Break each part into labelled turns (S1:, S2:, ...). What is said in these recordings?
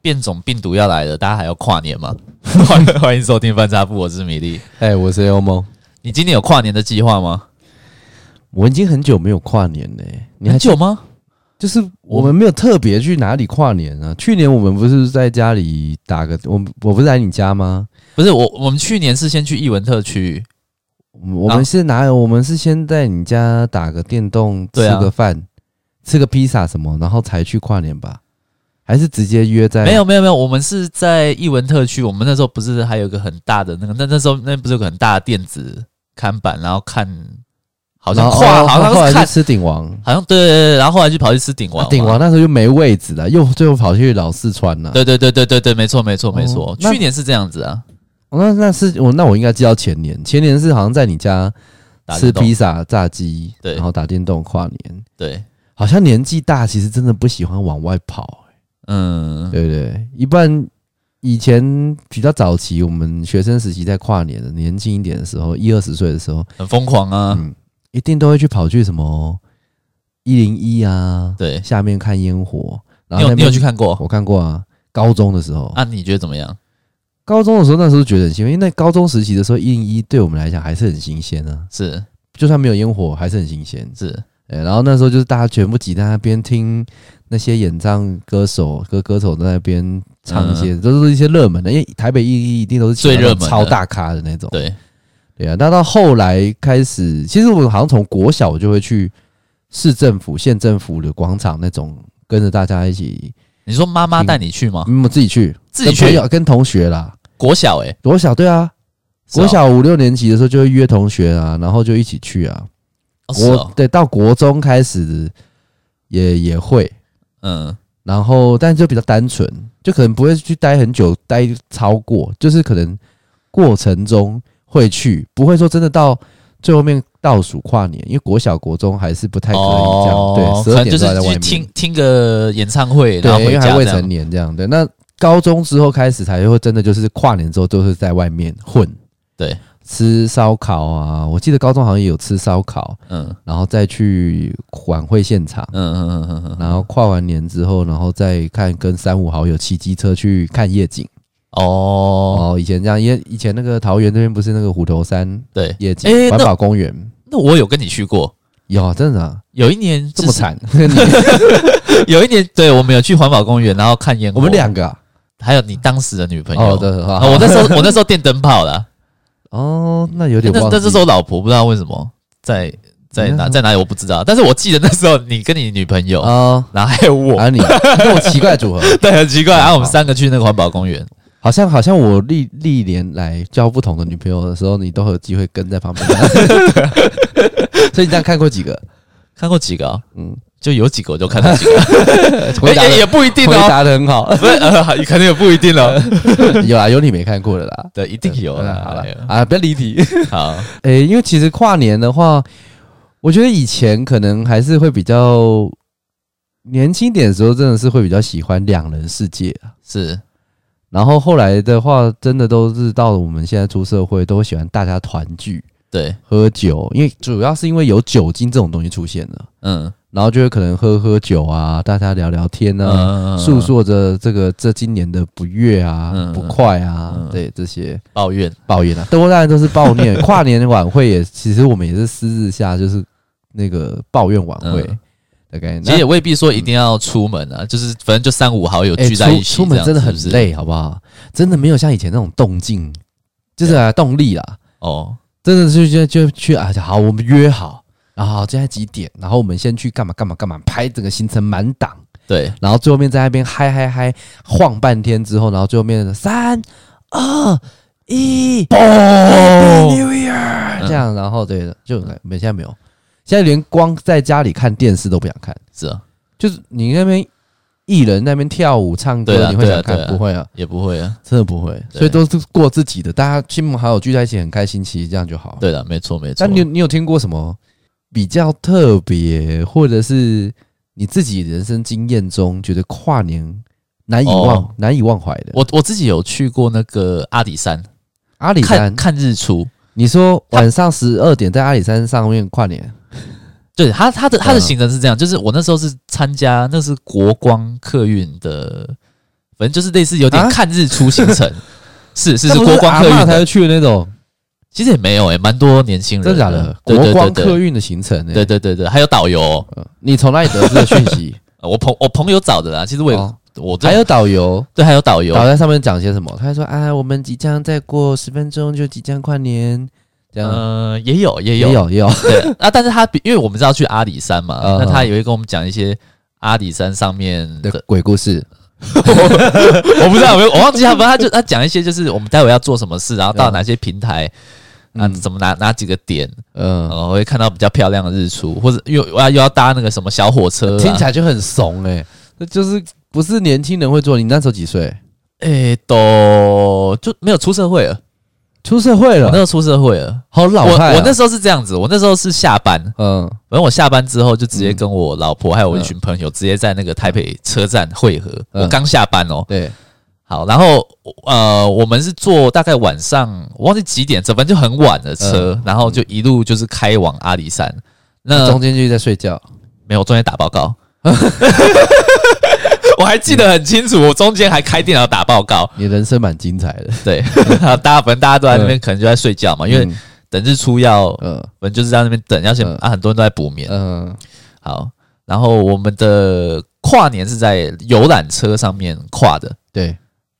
S1: 变种病毒要来了，大家还要跨年吗？ 欢迎欢迎收听翻差部，我是米粒。
S2: 哎、我是欧梦。
S1: 你今年有跨年的计划吗？
S2: 我已经很久没有跨年嘞、你还
S1: 很久吗？
S2: 就是我们没有特别去哪里跨年啊？去年我们不是在家里打个，我们我不是来你家吗？
S1: 不是我，我们去年是先去艺文特区，
S2: 我们我们是哪有？我们是先在你家打个电动，吃
S1: 啊对啊
S2: 个饭，吃个披萨什么，然后才去跨年吧？还是直接约在？
S1: 没有没有没有，我们是在艺文特区。我们那时候不是还有一个很大的那个，那那时候那不是有个很大的电子看板，然后看好
S2: 然
S1: 像
S2: 后，
S1: 跨，
S2: 哦
S1: 好
S2: 后
S1: 像
S2: 来
S1: 是
S2: 去
S1: 看，
S2: 吃鼎王，
S1: 好像对对对，然后后来就跑去吃鼎王
S2: 啊
S1: 嘛，
S2: 鼎王那时候就没位置了，又最后跑去老四川了。
S1: 对对对对对对，没错没错没错
S2: 哦，那
S1: 去年是这样子啊，
S2: 哦那那是我那我应该记到前年，前年是好像在你家
S1: 打
S2: 吃
S1: 电动
S2: 披萨、炸鸡，
S1: 对
S2: 然后打电动跨年。
S1: 对，
S2: 好像年纪大，其实真的不喜欢往外跑，
S1: 嗯，
S2: 对不对？一般以前比较早期，我们学生时期在跨年的年轻一点的时候，一二十岁的时候，
S1: 很疯狂啊，
S2: 嗯一定都会去跑去什么一零一啊，
S1: 对
S2: 下面看烟火。然
S1: 你有
S2: 后那
S1: 你有
S2: 边
S1: 去？看过？
S2: 我看过啊，高中的时候，
S1: 啊，你觉得怎么样？
S2: 高中的时候那时候觉得很兴奋，因为那高中时期的时候，一零一对我们来讲还是很新鲜啊，
S1: 是
S2: 就算没有烟火还是很新鲜。
S1: 是，
S2: 对，然后那时候就是大家全部挤在那边听那些演唱歌手歌歌手在那边唱一些，都是一些热门的，因为台北一一定都是请
S1: 嗯最热
S2: 那种
S1: 门的
S2: 超大咖的那种。
S1: 对，
S2: 对啊，那到后来开始，其实我好像从国小我就会去市政府、县政府的广场那种，跟着大家一起，
S1: 你说妈妈带你去吗？
S2: 嗯，我自己去，
S1: 哦自己
S2: 跟朋
S1: 去
S2: 友跟同学啦。
S1: 国小诶、
S2: 国小对啊，
S1: 是哦
S2: 国小五六年级的时候就会约同学啊，然后就一起去啊。
S1: 哦是
S2: 国、
S1: 哦，
S2: 对，到国中开始也也会。
S1: 嗯，
S2: 然后但就比较单纯，就可能不会去待很久，待超过，就是可能过程中会去，不会说真的到最后面倒数跨年，因为国小国中还是不太可以这样，对，十
S1: 哦可能
S2: 二
S1: 就
S2: 点都还在
S1: 是
S2: 外
S1: 去
S2: 面，
S1: 听听个演唱会，然
S2: 对，
S1: 后
S2: 因
S1: 回
S2: 为
S1: 家
S2: 还
S1: 这
S2: 未成
S1: 样。
S2: 年这样，对，那高中之后开始才会真的就是跨年之后都是在外面混，
S1: 对，
S2: 吃烧烤啊，我记得高中好像也有吃烧烤，
S1: 嗯
S2: 然后再去晚会现场。
S1: 嗯嗯嗯嗯嗯嗯，
S2: 然后跨完年之后，然后再看跟三五好友骑机车去看夜景。
S1: 哦，
S2: 哦，以前这样，因为以前那个桃园这边不是那个虎头山
S1: 对，
S2: 夜景
S1: 诶
S2: 环
S1: 那
S2: 保公园，
S1: 那我有跟你去过，
S2: 有啊真的啊，
S1: 有一年
S2: 这
S1: 就是
S2: 么，惨？
S1: 有一年对我们有去环保公园，然后看烟火，
S2: 我们两个啊
S1: 还有你当时的女朋友，
S2: 哦，对
S1: 啊
S2: 啊，
S1: 我那时候 我那时候电灯泡啦，
S2: 哦，那有点
S1: 但
S2: 忘记。嗯
S1: 但这时候老婆不知道为什么在在
S2: 你那时
S1: 哪
S2: 候
S1: 在哪里我不知道，但是我记得那时候你跟你女朋友，
S2: 啊，
S1: 然后还有我，
S2: 啊你这种奇怪的组合，
S1: 对，很奇怪，
S2: 好
S1: 然后我们三个去那个环保公园，
S2: 好像好像我历历年来交不同的女朋友的时候，你都有机会跟在旁边。 所以你这样看过几个？
S1: 看过几个、啊？
S2: 嗯，
S1: 就有几个我就看到几个，
S2: 回答
S1: 也
S2: 的
S1: 也不一定
S2: 回
S1: 哦，
S2: 答的很好，
S1: 不是，呃，可能也不一定哦。
S2: 有啊啦，有你没看过的啦。
S1: 对，一定有
S2: 好
S1: 啦。
S2: 啦好
S1: 哎
S2: 了
S1: 呀
S2: 啊，不要离题。
S1: 好，
S2: 诶、因为其实跨年的话，我觉得以前可能还是会比较年轻一点的时候，真的是会比较喜欢两人世界啊。
S1: 是
S2: 然后后来的话，真的都是到了我们现在出社会，都会喜欢大家团聚、
S1: 对，
S2: 喝酒，因为主要是因为有酒精这种东西出现了，
S1: 嗯
S2: 然后就会可能喝喝酒啊，大家聊聊天啊，
S1: 嗯，
S2: 诉说着这个这今年的不悦啊、
S1: 嗯
S2: 不快啊，
S1: 嗯
S2: 对这些。
S1: 抱怨，
S2: 抱怨啊，都当然都是抱怨。跨年晚会也，其实我们也是私自下就是那个抱怨晚会
S1: 嗯
S2: 的概念。
S1: 其实也未必说一定要出门啊，就是反正就三五好友
S2: 嗯哎
S1: 聚在一起，
S2: 出出门真的很
S1: 这样是不是
S2: 累，好不好？真的没有像以前那种动静，就是、啊、动力啦。
S1: 哦。
S2: 真的是就就去啊，好，我们约好，然后现在几点，然后我们先去干嘛干嘛干嘛，拍整个行程满档，
S1: 对，
S2: 然后最后面在那边嗨嗨嗨晃半天之后，然后最后面三二一。Happy 嗯
S1: 哦，
S2: New Year 这样，然后对的，就很没现在没有，现在连光在家里看电视都不想看，
S1: 是啊，
S2: 就是你那边艺人那边跳舞唱
S1: 对
S2: 歌，
S1: 啊
S2: 你会
S1: 对啊
S2: 想
S1: 对
S2: 看？
S1: 啊
S2: 不会啊，
S1: 也不会啊。
S2: 真的不会，
S1: 对
S2: 所以都是过自己的，大家亲朋好友聚在一起很开心，其实这样就好。，
S1: 对的，没错没错。
S2: 但你有你有听过什么比较特别，或者是你自己人生经验中觉得跨年难以忘、
S1: 哦
S2: 难以忘怀的？
S1: 我我自己有去过那个阿里山，
S2: 阿里
S1: 看
S2: 山，
S1: 看日出。
S2: 你说
S1: 他
S2: 晚上十二点在阿里山上面跨年？
S1: 对他他的他的
S2: 嗯
S1: 行程是这样，就是我那时候是参加那是国光客运的反正就是类似有点
S2: 啊
S1: 看日出行 程，是是
S2: 那
S1: 是
S2: 不
S1: 国光客
S2: 阿嬷
S1: 运
S2: 才
S1: 的
S2: 会，去的那种，
S1: 其实也没有诶、蛮多年轻人
S2: 真的假的？
S1: 对
S2: 国
S1: 对对
S2: 光客
S1: 对，
S2: 运的行程欸呢、
S1: 对对对对，还有导游哦、
S2: 呃你从哪里得知的讯息？
S1: 呃我朋我朋友找的啦，其实我也、
S2: 哦
S1: 我这
S2: 还有导游，
S1: 对还有导游
S2: 导游在上面讲些什么？他还说啊，我们即将再过十分钟就即将跨年，这样、
S1: 呃，也有也
S2: 也
S1: 有
S2: 有也有，
S1: 对啊，但是他比因为我们是要去阿里山嘛，
S2: 嗯
S1: 那他
S2: 嗯
S1: 也会跟我们讲一些阿里山上面
S2: 的
S1: 的，
S2: 鬼故事，
S1: 我不知道有没有，我忘记他们，他就他讲一些就是我们待会要做什么事，然后到哪些平台。啊，
S2: 嗯
S1: 怎么哪哪几个点，
S2: 嗯、
S1: 然后会看到比较漂亮的日出，或者又又要又要搭那个什么小火车、啊，
S2: 听起来就很怂哎、那就是不是年轻人会做？你那时候几岁？
S1: 诶、都就没有出社会了，
S2: 出社会
S1: 我那时
S2: 了，
S1: 候出社会了。
S2: 好啊老
S1: 我
S2: 派、啊
S1: 我那时候是这样子，我那时候是下班，
S2: 嗯，
S1: 反正我下班之后就直接跟我老婆还有我一群朋友直接在那个台北车站汇合。
S2: 嗯
S1: 我刚下班哦，
S2: 对，
S1: 好，然后呃，我们是坐大概晚上我忘记几点，反正就很晚的车，然后就一路就是开往阿里山。那
S2: 嗯中间就在睡觉，
S1: 没有，我中间打报告， 我还记得很清楚，我中间还开电脑打报告。
S2: 你人生蛮精彩的，
S1: 对，
S2: 嗯
S1: 大家反正大家都在那边，可能就在睡觉嘛，因为等日出要，
S2: 嗯
S1: 反正就是在那边等，要先
S2: 嗯
S1: 啊，很多人都在补眠。
S2: 嗯嗯
S1: 好，然后我们的跨年是在游览车上面跨的，
S2: 对，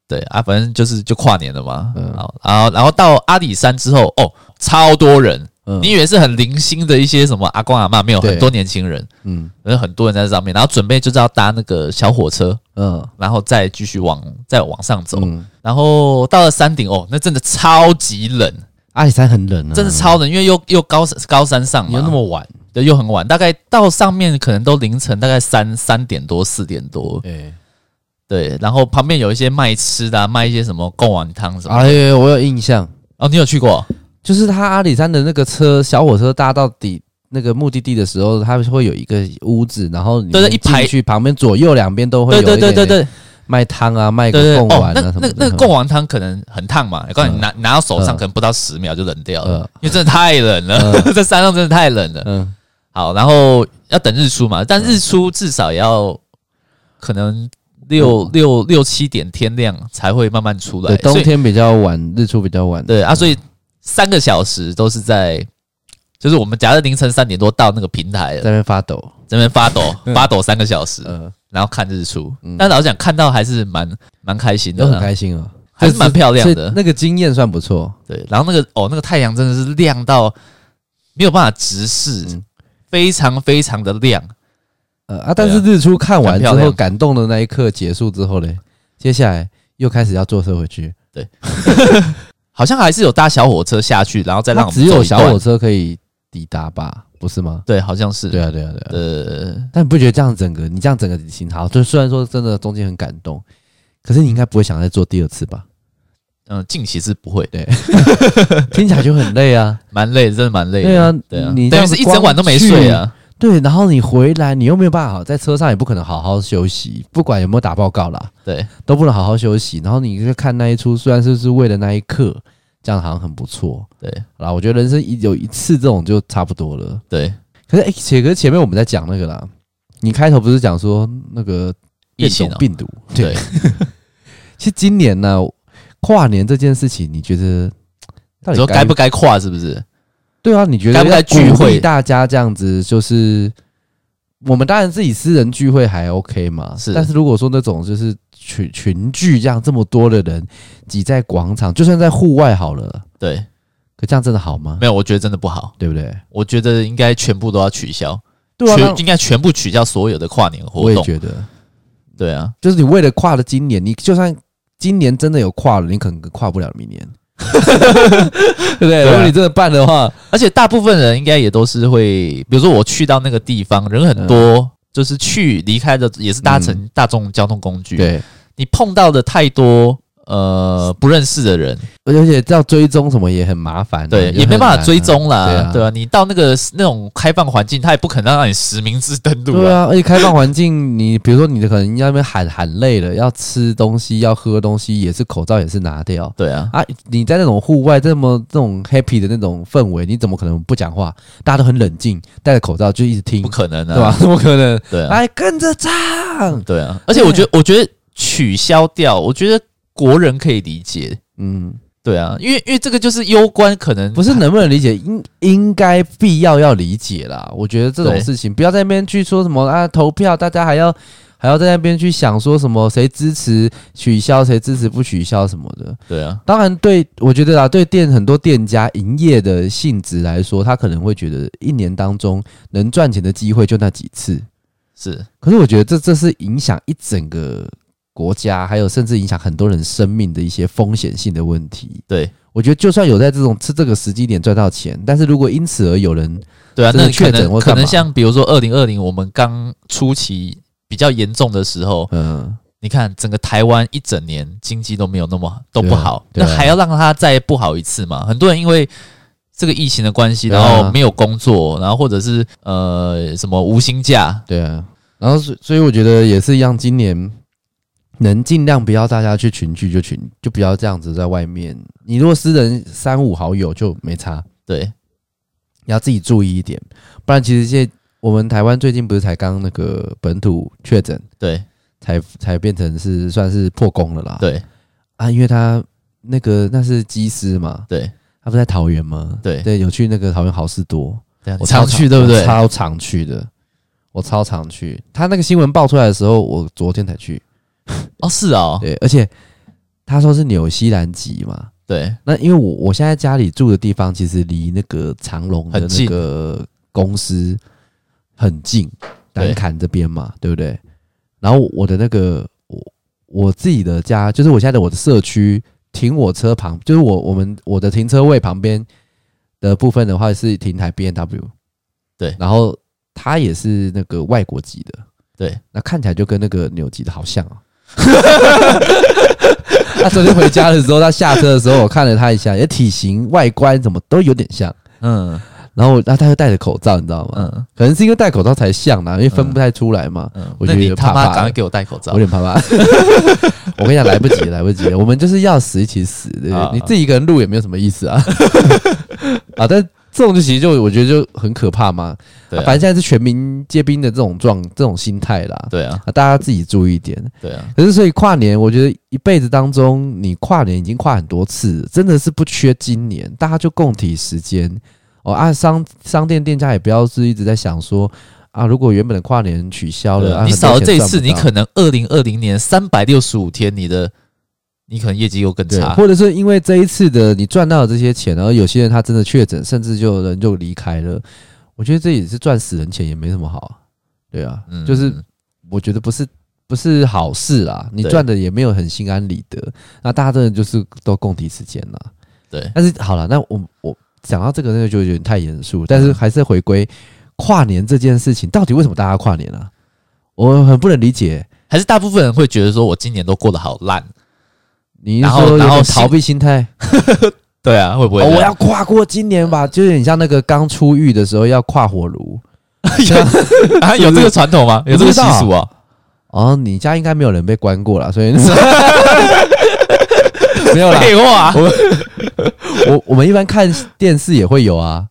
S1: 对啊，反正就是就跨年了嘛。
S2: 嗯
S1: 好，然后然后到阿里山之后，哦，超多人，
S2: 嗯
S1: 你以为是很零星的一些什么阿公阿嬷，没有，
S2: 对
S1: 很多年轻人，
S2: 嗯
S1: 有很多人在上面，然后准备就是要搭那个小火车，
S2: 嗯
S1: 然后再继续往再往上走，
S2: 嗯，
S1: 然后到了山顶，哦，那真的超级冷，
S2: 阿里山很冷啊，
S1: 真的超冷，因啊为又又高高山上
S2: 你
S1: 嘛，
S2: 又那么晚，
S1: 对，又很晚，大概到上面可能都凌晨大概三三点多四点多，
S2: 哎
S1: 对，然后旁边有一些卖吃的、啊，卖一些什么贡丸汤什么的。
S2: 哎呦，我有印象，
S1: 哦，你有去过？
S2: 就是他阿里山的那个车小火车搭到底那个目的地的时候，它会有一个屋子，然后你
S1: 对对一排
S2: 去旁边左右两边都会
S1: 对
S2: 有
S1: 对
S2: 一
S1: 对对
S2: 点
S1: 对
S2: 卖汤啊，卖
S1: 对
S2: 个
S1: 对，
S2: 贡
S1: 哦
S2: 丸，
S1: 那
S2: 啊什么
S1: 那
S2: 的，
S1: 那个贡丸汤可能很烫嘛，我告诉你，
S2: 嗯
S1: 拿拿到手上
S2: 嗯
S1: 可能不到十秒就冷掉了
S2: 嗯，
S1: 因为真的太冷 了，在山上真的太冷了。
S2: 嗯
S1: 好，然后要等日出嘛，但日出至少也要可能六六六七点天亮才会慢慢出来
S2: 嗯对，，冬
S1: 所以
S2: 天嗯比较晚，日出比较晚，
S1: 对啊，所以三个小时都是在，就是我们假设凌晨三点多到那个平台
S2: 在
S1: 了，
S2: 那边发抖，
S1: 这边发抖发抖三个小时，
S2: 嗯，
S1: 然后看日出
S2: 嗯。
S1: 但老实讲，看到还是蛮蛮开心的
S2: 都很
S1: 啦，
S2: 开心哦，
S1: 还是蛮漂亮
S2: 所以
S1: 的。
S2: 那个经验算不错，
S1: 对，然后那个哦，那个太阳真的是亮到没有办法直视
S2: 嗯，
S1: 非常非常的亮。
S2: 呃啊，但是
S1: 对
S2: 日出看完之
S1: 很漂
S2: 后，
S1: 亮
S2: 感动的那一刻结束之后嘞，接下来又开始要坐车回去，
S1: 好像还是有搭小火车下去，然后再让
S2: 它
S1: 我们
S2: 啊只
S1: 走
S2: 有
S1: 一
S2: 小
S1: 段
S2: 火车可以抵达吧，不是吗？
S1: 对，好像是
S2: 对啊，对啊，对啊。
S1: 呃，
S2: 但你不觉得这样整个你这样整个旅行好？就虽然说真的中间很感动，可是你应该不会想再做第二次吧？
S1: 嗯，近期是不会，
S2: 听起来就很累啊。
S1: 蛮累的，真的蛮累的。
S2: 对啊
S1: 对啊，
S2: 你这
S1: 等于
S2: 样
S1: 是
S2: 子
S1: 一整晚都没睡啊。
S2: 对，然后你回来，你又没有办法好在车上，也不可能好好休息，不管有没有打报告啦，
S1: 对，
S2: 都不能好好休息。然后你就看那一出，虽然是是为了那一刻，这样好像很不错。
S1: 对，
S2: 好啦，我觉得人生一有一次这种就差不多了。
S1: 对，
S2: 可是哎，且、可是前面我们在讲那个啦，你开头不是讲说那个
S1: 疫
S2: 变
S1: 情
S2: 种
S1: 哦，
S2: 病毒？
S1: 对，
S2: 其实今年呢、跨年这件事情，你觉得
S1: 你
S2: 到底
S1: 说该不该跨是不是？
S2: 对啊？你觉得
S1: 该不该
S2: 要鼓
S1: 聚会
S2: 励大家这样子，就是我们当然自己私人聚会还 OK 嘛，
S1: 是
S2: 但是如果说那种就是群群聚这样这么多的人挤在广场，就算在户外好了，
S1: 对，
S2: 可这样真的好吗
S1: 没？有，我觉得真的不好。
S2: 对不对？
S1: 我觉得应该全部都要取消，
S2: 对啊，
S1: 全
S2: 那
S1: 应该全部取消所有的跨年
S2: 我
S1: 活
S2: 也
S1: 动。
S2: 觉得，
S1: 对啊，
S2: 就是你为了跨了今年，你就算今年真的有跨了，你可能跨不了明年，对不对？
S1: 啊
S2: 如果你真的办的话，
S1: 而且大部分人应该也都是会，比如说我去到那个地方，人很多，
S2: 嗯
S1: 就是去离开的也是搭乘大众交通工具。，
S2: 对。
S1: 你碰到的太多呃不认识的人，
S2: 而且要追踪什么嗯也很麻烦啊、
S1: 对，
S2: 很
S1: 也没办
S2: 难
S1: 法
S2: 啊
S1: 追。踪啦，
S2: 对
S1: 对
S2: 啊
S1: 啊，你到那个那种开放环境，他也不可能让你实名制登录
S2: 对
S1: 啊。
S2: 啊，而且开放环境，你比如说你可能要那边喊喊累了，要吃东西，要喝东西，也是口罩也是拿掉
S1: 对啊，
S2: 啊。你在那种户外这么这种 happy 的那种氛围，你怎么可能不讲话？大家都很冷静，戴着口罩就一直听
S1: 不，可能
S2: 对吧
S1: 啊，？
S2: 怎么可能？哎
S1: 对啊，
S2: 哎，跟着唱，哎
S1: 对啊。而且我觉得，我觉得取消掉，我觉得国人可以理解。
S2: 嗯，
S1: 对啊，因为因为这个就是攸关可能
S2: 不是能不能理解，应应该必要要理解啦。我觉得这种
S1: 对
S2: 事情不要在那边去说什么啊，投票大家还要还要在那边去想说什么谁支持取消，谁支持不取消什么的。
S1: 对啊，
S2: 当然对，我觉得啦，对店很多店家营业的性质来说，他可能会觉得一年当中能赚钱的机会就那几次。
S1: 是
S2: 可是我觉得这这是影响一整个国家，还有甚至影响很多人生命的一些风险性的问题。
S1: 对
S2: 我觉得就算有在这种吃这个时机点赚到钱，但是如果因此而有人
S1: 对啊，
S2: 真
S1: 那
S2: 的
S1: 可
S2: 确诊或
S1: 能
S2: 干
S1: 可
S2: 嘛
S1: 能像比如说二零二零我们刚初期比较严重的时候，
S2: 嗯
S1: 你看整个台湾一整年经济都没有那么都不好，
S2: 对啊对啊
S1: 那还要让它再不好一次嘛？很多人因为这个疫情的关系，
S2: 对啊
S1: 然后没有工作，然后或者是呃什么无薪假，
S2: 对啊，然后所所以我觉得也是一样，今年能尽量不要大家去群聚就群，就不要这样子在外面。你如果私人三五好友就没差，
S1: 对
S2: 你要自己注意一点，不然其实现在我们台湾最近不是才刚那个本土确诊，
S1: 对
S2: 才才变成是算是破功了啦。
S1: 对
S2: 啊，因为他那个那是机师嘛，
S1: 对
S2: 他不是在桃园吗？
S1: 对
S2: 对，有去那个桃园好事多，
S1: 对啊，
S2: 我
S1: 常
S2: 超
S1: 去对不
S2: 我
S1: 对？
S2: 超常去的，我超常去。他那个新闻爆出来的时候，我昨天才去。
S1: 哦，是哦，
S2: 对，而且他说是纽西兰籍嘛，
S1: 对
S2: 那因为我我现在家里住的地方其实离那个长隆的
S1: 很
S2: 那
S1: 近
S2: 个公司很近，
S1: 对
S2: 南坎这边嘛，对不对？然后我的那个我我自己的家，就是我现在的我的社区，停我车旁，就是我我们我的停车位旁边的部分的话是停台 B N W，
S1: 对
S2: 然后他也是那个外国籍的，
S1: 对，
S2: 那看起来就跟那个纽籍的好像啊。 他昨天回家的时候，他下车的时候，我看了他一下，也体型、外观什么都有点像。
S1: 嗯
S2: 然后我，那他又戴着口罩，你知道吗？
S1: 嗯
S2: 可能是因为戴口罩才像啦，因为分不太出来嘛。
S1: 嗯，
S2: 我
S1: 那
S2: 觉得
S1: 你
S2: 有
S1: 他
S2: 怕
S1: 妈
S2: 怕的
S1: 赶快给我戴口罩
S2: 我有点怕 怕。我跟你讲，来不及了，来不及了。我们就是要死一起死，对不对
S1: 啊
S2: 你自己一个人录也没有什么意 思啊。啊，但这种就其实就我觉得就很可怕嘛。
S1: 对啊
S2: 反正现在是全民皆兵的这种状这种心态啦。
S1: 对啊
S2: 啊，大家自己注意一点。
S1: 对啊，
S2: 可是，所以跨年，我觉得一辈子当中，你跨年已经跨很多次，真的是不缺今年，大家就共体时间哦。啊，商商店店家也不要是一直在想说啊，如果原本的跨年取消
S1: 对
S2: 了，
S1: 啊
S2: 啊、
S1: 你
S2: 很多
S1: 少了
S2: 钱
S1: 这一
S2: 赚不
S1: 次，你
S2: 到
S1: 可能二零二零年三百六十五天，你的你可能业绩又更
S2: 对，
S1: 差，
S2: 或者是因为这一次的你赚到的这些钱，然后有些人他真的确诊，甚至就有人就离开了，我觉得这也是赚死人钱，也没什么好啊。对啊，
S1: 嗯，
S2: 就是我觉得不是不是好事啦，你
S1: 对
S2: 赚的也没有很心安理得，那大家真的就是都共体时间啦。
S1: 对
S2: 但是好了，那我我讲到这个，那个就有点太严肃，但是
S1: 嗯
S2: 还是回归跨年这件事情，到底为什么大家跨年啊？我很不能理解。
S1: 还是大部分人会觉得说我今年都过得好烂，
S2: 你是
S1: 然后
S2: 说有
S1: 然后
S2: 点
S1: 心
S2: 逃避心态，
S1: 对啊，会不会
S2: 哦
S1: 这样？
S2: 我要跨过今年吧，就有点像那个刚出狱的时候要跨火炉。
S1: 啊，有 这个传统吗？有这个习俗啊？
S2: 哦，你家应该没有人被关过啦，所以 没有啦。
S1: 废话，
S2: 我我们一般看电视也会有啊，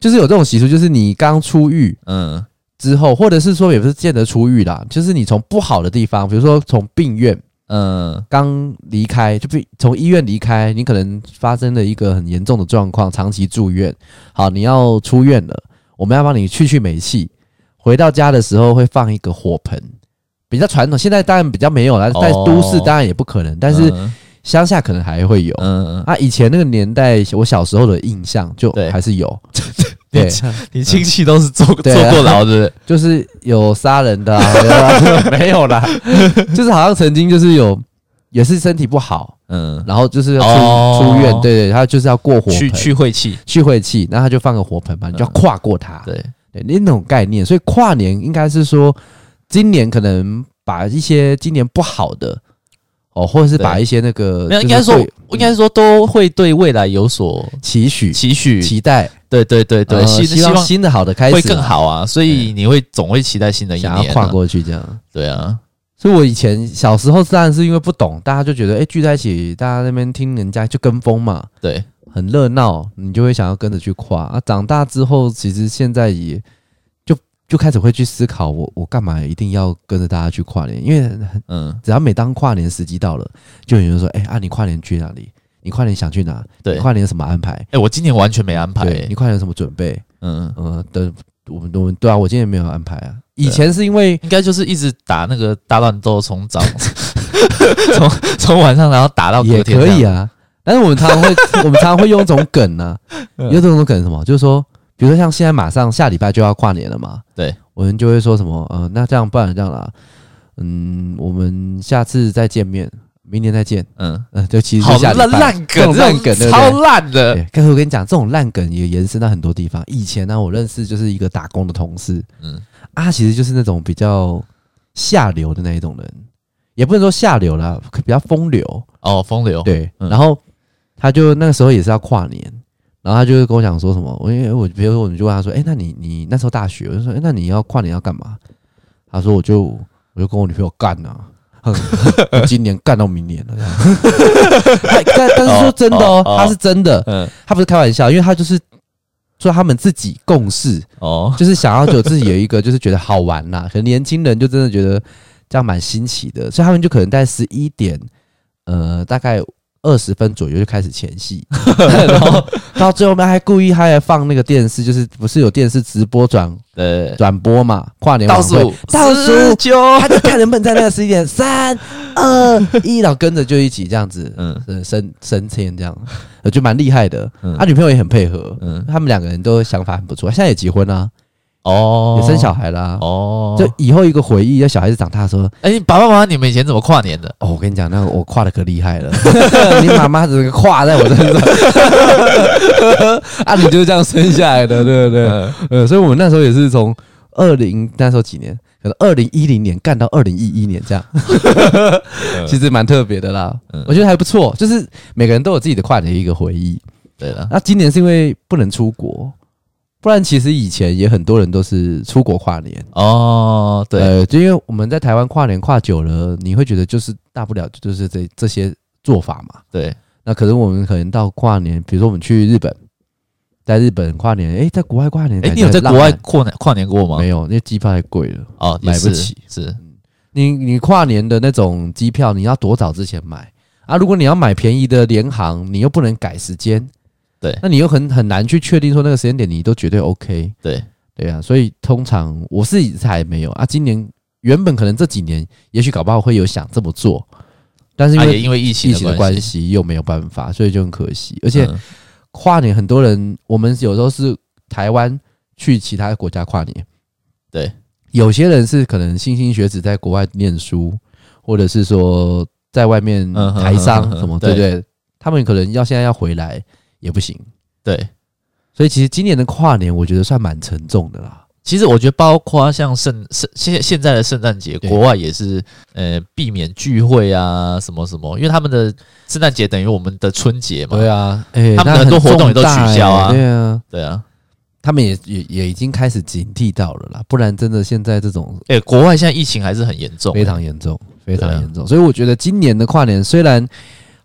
S2: 就是有这种习俗，就是你刚出狱
S1: 嗯，
S2: 之后，或者是说也不是见得出狱啦，就是你从不好的地方，比如说从病院
S1: 嗯，
S2: 刚离开，就被从医院离开，你可能发生了一个很严重的状况，长期住院。好，你要出院了，我们要帮你去去煤气。回到家的时候会放一个火盆，比较传统。现在当然比较没有了，
S1: 哦
S2: 在都市当然也不可能，但是
S1: 嗯
S2: 乡下可能还会有。
S1: 嗯，
S2: 啊，以前那个年代，我小时候的印象就
S1: 对
S2: 还是有，
S1: 你
S2: 对，
S1: 你亲戚都是坐坐
S2: 对啊
S1: 过牢的，
S2: 就是有杀人的、啊， 没有啦，就是好像曾经就是有，也是身体不好，
S1: 嗯，
S2: 然后就是要出、
S1: 哦
S2: 出院，对对，他就是要过火盆
S1: 去去晦气，
S2: 去晦气，那他就放个火盆嘛，你就要跨过它，
S1: 对，
S2: 对，那那种概念。所以跨年应该是说，今年可能把一些今年不好的哦，或者是
S1: 对
S2: 把一些那个，
S1: 没有，
S2: 就是
S1: 应该说
S2: 会，
S1: 应该说都会对未来有所
S2: 期许、
S1: 期许，
S2: 期待，
S1: 对对对对，
S2: 呃
S1: 希
S2: 希
S1: 希望
S2: 新的好的开始
S1: 会更，好啊，所以你会总会期待新的一
S2: 想要
S1: 年，啊
S2: 跨，过去这样。
S1: 对啊，
S2: 所以我以前小时候当然是因为不懂，大家就觉得哎、诶聚在一起，大家那边听人家就跟风嘛，
S1: 对，
S2: 很热闹，你就会想要跟着去跨啊。长大之后，其实现在也就就开始会去思考我我干嘛一定要跟着大家去跨年？因为很
S1: 嗯，
S2: 只要每当跨年时机到了，就有人说：“哎、啊，你跨年去哪里？你跨年想去哪？
S1: 对
S2: 你。跨年有什么安排？
S1: 哎、我今年完全没安排、
S2: 对你
S1: 欸，
S2: 跨年有什么准备？”
S1: 嗯，
S2: 呃，等我们我们对啊，我今天没有安排啊。
S1: 对啊
S2: 以前是因为
S1: 应该就是一直打那个大乱斗，从 早从从晚上然后打到隔
S2: 也
S1: 天，
S2: 可以，啊，但是我们常 常会我们常常会用一种梗呢、
S1: 嗯
S2: 啊，用这种梗是什么，就是说，比如说像现在马上下礼拜就要跨年了嘛，
S1: 对，
S2: 我们就会说什么呃，那这样不然这样啦，嗯，我们下次再见面，明年再见，
S1: 嗯，
S2: 嗯、就其实
S1: 好
S2: 就下
S1: 烂
S2: 礼拜
S1: 烂梗，
S2: 这种烂梗，对不
S1: 超
S2: 对？
S1: 烂的，
S2: 对，可是我跟你讲，这种烂梗也延伸到很多地方。以前呢、我认识就是一个打工的同事，
S1: 嗯
S2: 啊，其实就是那种比较下流的那一种人，也不能说下流啦，可比较风流。
S1: 哦，风流，
S2: 对，
S1: 嗯
S2: 然后他就那个时候也是要跨年，然后他就跟我讲说什么，我因为我比如说我们就问他说，哎、那你你那时候大学，我就说，哎、那你要跨年要干嘛？他说我就我就跟我女朋友干呐、啊， 我今年干到明年了。这 样但但但是说真的
S1: 哦哦
S2: 哦，他是真的，
S1: 嗯，
S2: 他不是开玩笑，因为他就是说他们自己共事，
S1: 哦，
S2: 就是想要就自己有一个，就是觉得好玩啦。 可能年轻人就真的觉得这样蛮新奇的，所以他们就可能在十一点，呃，大概二十分左右就开始前戏， 然后到最后面还故意他还放那个电视，就是不是有电视直播转
S1: 对，
S2: 转播嘛，跨年晚
S1: 倒
S2: 会
S1: 数
S2: 啊倒数。
S1: 九，
S2: 他就看能不能在那个十一点三二一，然后跟着就一起这样子，
S1: 嗯
S2: 呃，升升迁这样，我觉得蛮厉害的。啊
S1: 嗯
S2: 他女朋友也很配合，
S1: 嗯，
S2: 他们两个人都想法很不错，现在也结婚啦、
S1: 哦，
S2: 也生小孩啦、
S1: 哦，
S2: 就以后一个回忆，要小孩子长大说，
S1: 哎、爸爸妈妈，你们以前怎么跨年的？
S2: 哦，我跟你讲，那个我跨的可厉害了， 你妈妈整个跨在我身上， 啊，你就是这样生下来的，对不对？
S1: 嗯
S2: 呃，所以我们那时候也是从二零那时候几年，可能二零一零年干到二零一一年这样， 其实蛮特别的啦，
S1: 嗯
S2: 我觉得还不错，就是每个人都有自己的跨年一个回忆。
S1: 对了，
S2: 那今年是因为不能出国，不然其实以前也很多人都是出国跨年。
S1: 哦，对，
S2: 呃，就因为我们在台湾跨年跨久了，你会觉得就是大不了就是这这些做法嘛。
S1: 对，
S2: 那可是我们可能到跨年，比如说我们去日本，在日本跨年，诶，在国外跨年，
S1: 哎、
S2: 感
S1: 你
S2: 觉
S1: 有在
S2: 很浪
S1: 国外
S2: 漫
S1: 跨年跨年过吗？
S2: 没有？因为机票太贵了。
S1: 哦，也
S2: 买不
S1: 是
S2: 起，嗯
S1: 是，
S2: 你你跨年的那种机票，你要多早之前买啊？如果你要买便宜的联航，你又不能改时间，
S1: 对
S2: 那你又很很难去确定说那个时间点你都绝对 OK，
S1: 对，
S2: 对啊，所以通常我自己是还没有啊。今年原本可能这几年，也许搞不好会有想这么做，但是因
S1: 啊，也
S2: 为
S1: 因为疫情
S2: 疫情的关
S1: 系，嗯
S2: 系又没有办法，所以就很可惜。而
S1: 而
S2: 且跨年很多人，我们有时候是台湾去其他国家跨年，
S1: 对，
S2: 有些人是可能莘莘学子在国外念书，或者是说在外面
S1: 嗯哼
S2: 台
S1: 嗯
S2: 商
S1: 哼
S2: 什么，
S1: 对
S2: 对不对？他们可能要现在要回来也不行，
S1: 对，
S2: 所以其实今年的跨年我觉得算蛮沉重的啦。
S1: 其实我觉得包括像圣圣现现在的圣诞节，
S2: 对
S1: 国外也是呃避免聚会啊什么什么，因为他们的圣诞节等于我们的春节嘛，
S2: 对啊，哎、
S1: 他们的
S2: 那
S1: 很多活动也都
S2: 重大
S1: 取消啊
S2: 哎对啊，
S1: 对啊，
S2: 他们也也也已经开始警惕到了啦，不然真的现在这种
S1: 哎、国外现在疫情还是很严重、
S2: 非常严重，非常
S1: 对啊
S2: 严重。所以我觉得今年的跨年虽然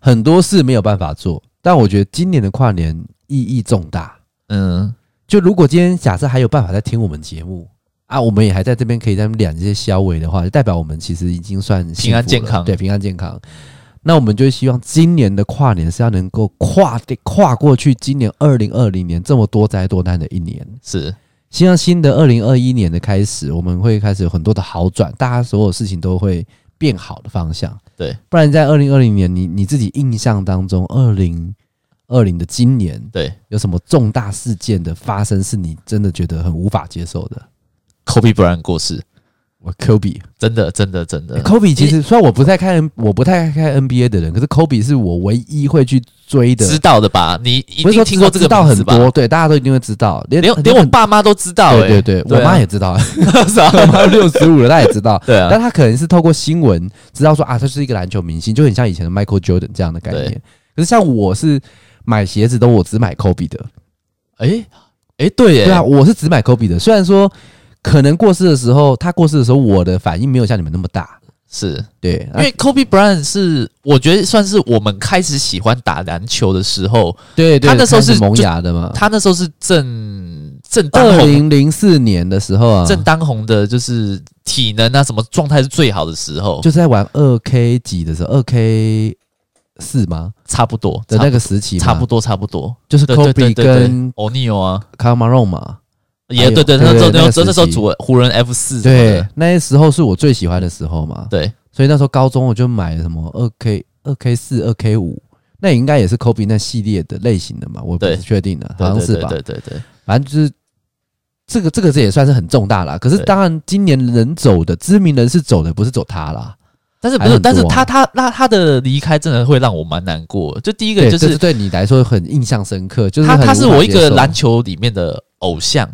S2: 很多事没有办法做，但我觉得今年的跨年意义重大。
S1: 嗯，
S2: 就如果今天假设还有办法在听我们节目啊，我们也还在这边可以在两些消委的话，就代表我们其实已经算幸福
S1: 平安
S2: 了
S1: 健康
S2: 对，平安健康。那我们就希望今年的跨年是要能够跨跨过去，今年二零二零年这么多灾多难的一年，
S1: 是
S2: 希望新的二零二一年的开始，我们会开始有很多的好转，大家所有事情都会变好的方向。
S1: 对，
S2: 不然在二零二零年，你你自己印象当中，二零二零的今年
S1: 对
S2: 有什么重大事件的发生，是你真的觉得很无法接受的？
S1: ，Kobe Bryant 过世，
S2: 我 Kobe，Kobe、
S1: 真的真的真的，
S2: 哎 Kobe 其实虽然我不太看，我不太看 NBA 的人，可是 Kobe 是我唯一会去追的。
S1: 知道的吧？你一定
S2: 不是说
S1: 听过这
S2: 知
S1: 个
S2: 道
S1: 名
S2: 很
S1: 字吧？
S2: 多，对，大家都一定会知道，连
S1: 连连我爸妈都知道、欸，
S2: 对对对，啊我 妈也知 道，
S1: 知
S2: 我妈六十五了，她也知 道。
S1: 啊对啊
S2: 但，他可能是透过新闻知道说啊，他是一个篮球明星，就很像以前的 Michael Jordan 这样的概
S1: 对
S2: 念。可是像我是买鞋子都我只买 Kobe 的，
S1: 哎哎、诶对耶，
S2: 对啊，我是只买 Kobe 的。虽然说可能过世的时候，他过世的时候我的反应没有像你们那么大，
S1: 是。
S2: 对，啊
S1: 因为 Kobe Bryant 是我觉得算是我们开始喜欢打篮球的时候，
S2: 对
S1: 对他那时候是
S2: 萌芽的嘛，
S1: 他那时候是正正当
S2: 啊二
S1: 红、
S2: 零零四年的时候啊，
S1: 正当红的，就是体能啊什么状态是最好的时候，
S2: 就是在玩二 K 几的时候，二 K 四吗
S1: 差不多
S2: 的那个时期嘛，
S1: 差不多差不多，
S2: 就是
S1: 对对
S2: Kobe
S1: 对对对
S2: 跟
S1: 欧尼尔啊，
S2: 卡马隆嘛，还
S1: 也
S2: 有
S1: 对对，
S2: 对
S1: 那时候
S2: 对那
S1: 那
S2: 个
S1: 时候那时候
S2: 时期
S1: 主湖人 F 四
S2: 对，那时候是我最喜欢的时候嘛，
S1: 对，
S2: 所以那时候高中我就买了什么二 K、二 K 四、二 K 五，那应该也是 Kobe 那系列的类型的嘛，我不
S1: 对
S2: 是确定的，好
S1: 对
S2: 像
S1: 对
S2: 是
S1: 对
S2: 吧？
S1: 对对对，
S2: 反正就是这个这个这也算是很重大啦。可是
S1: 对
S2: 当然，今年人走的知名人是走的，不是走他啦。
S1: 但是不
S2: 还
S1: 是，
S2: 很多
S1: 但
S2: 啊
S1: 是他他那他的离开真的会让我蛮难过。就第一个就
S2: 这
S1: 是
S2: 对你来说很印象深刻，就是
S1: 他
S2: 很
S1: 他是
S2: 无法
S1: 我一
S2: 接
S1: 个
S2: 受
S1: 篮球里面的偶像，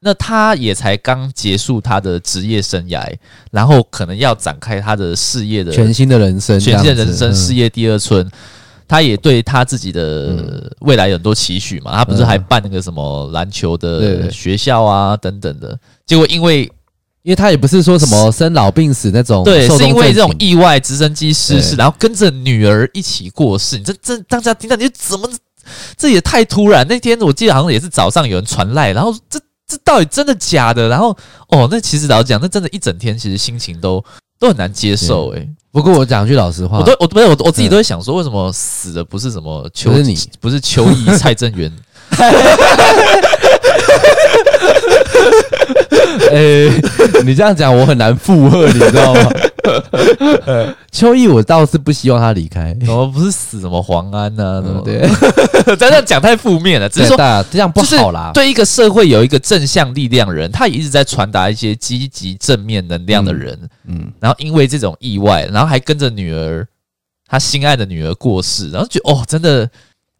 S1: 那他也才刚结束他的职业生涯，然后可能要展开他的事业的
S2: 全新的人生这
S1: 全
S2: 样
S1: 新
S2: 子，
S1: 的人生事
S2: 嗯
S1: 业第二春。他也对他自己的
S2: 嗯
S1: 未来有很多期许嘛，他不是还
S2: 嗯
S1: 办那个什么篮球的
S2: 对
S1: 学校啊等等的，结果因为
S2: 因为他也不是说什么生老病死那种，
S1: 对，
S2: 寿
S1: 是
S2: 终
S1: 因为
S2: 正
S1: 这种
S2: 寝
S1: 意外，直升机失事，
S2: 对
S1: 然后跟着女儿一起过世。你这这当下听到，你就怎么这也太突然？那天我记得好像也是早上有人传来，然后这这到底真的假的？然后哦，那其实老实讲，那真的一整天其实心情都都很难接受、欸。
S2: 不过我讲句老实话，
S1: 我都我不是我我自己都会想说，为什么死的不是什么邱
S2: 嗯不是你
S1: 不是邱毅、蔡正 元？
S2: 诶、 你这样讲我很难附和，你知 道吗？秋意我倒是不希望他离开，
S1: 怎么不是死什么黄安呢、啊？怎么
S2: 嗯对，
S1: 的？这样讲太负面了，只是说
S2: 大这样不好啦。
S1: 就是对一个社会有一个正向力量的人，他也一直在传达一些积极正面能量的人。
S2: 嗯，
S1: 然后因为这种意外，然后还跟着女儿，他心爱的女儿过世，然后觉得哦，真的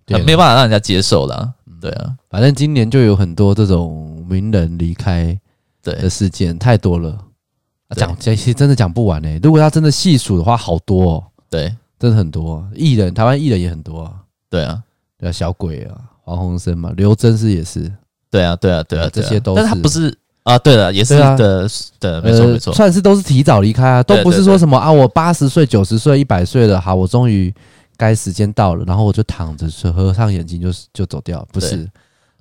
S2: 对
S1: 很没办法让人家接受啦。
S2: 嗯
S1: 对啊，
S2: 反正今年就有很多这种名人离开
S1: 对
S2: 的事件，太多了。啊
S1: 对
S2: 讲这些真的讲不完呢、欸如果要真的细数的话，好多、哦，
S1: 对啊
S2: 真的很多、哦艺人，台湾艺人也很多啊，
S1: 对啊，
S2: 对啊，小鬼啊，黄鸿升嘛，刘真是也是，
S1: 对啊，对啊，对啊，
S2: 这些都
S1: 但是他
S2: 是
S1: 不是啊，对了，也是
S2: 对啊
S1: 的，对，没错
S2: 呃
S1: 没错，
S2: 算是都是提早离开啊，都
S1: 对
S2: 不
S1: 对
S2: 是说什么啊，我八十岁、九十岁、一百岁了，好，我终于该时间到了，然后我就躺着合上眼睛就就走掉，不是，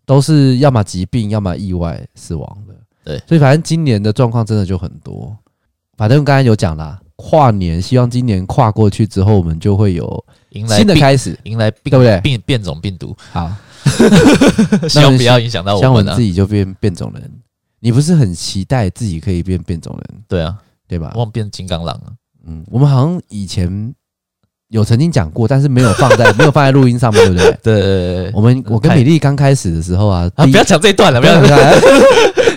S2: 都是要么疾病，要么意外死亡的。
S1: 对，
S2: 所以反正今年的状况真的就很多。反正刚才有讲啦，跨年希望今年跨过去之后，我们就会有
S1: 迎来
S2: 新的
S1: 病，
S2: 开始。
S1: 迎来病，
S2: 对不对
S1: 病变种病 毒，
S2: 好，
S1: 希望不要影响到
S2: 像
S1: 我
S2: 我
S1: 们啊
S2: 自。己就变变种人，你不是很期待自己可以变变种人，
S1: 对啊，
S2: 对吧？
S1: 我们变金刚狼啊了。
S2: 嗯，我们好像以前有曾经讲过，但是没有放在 没有放在录音上面，对不对？
S1: 对对对
S2: 我们我跟
S1: 太
S2: 米粒刚开始的时候啊，
S1: 啊，
S2: 第一
S1: 不要讲这一段了，不
S2: 不
S1: 要
S2: 要不要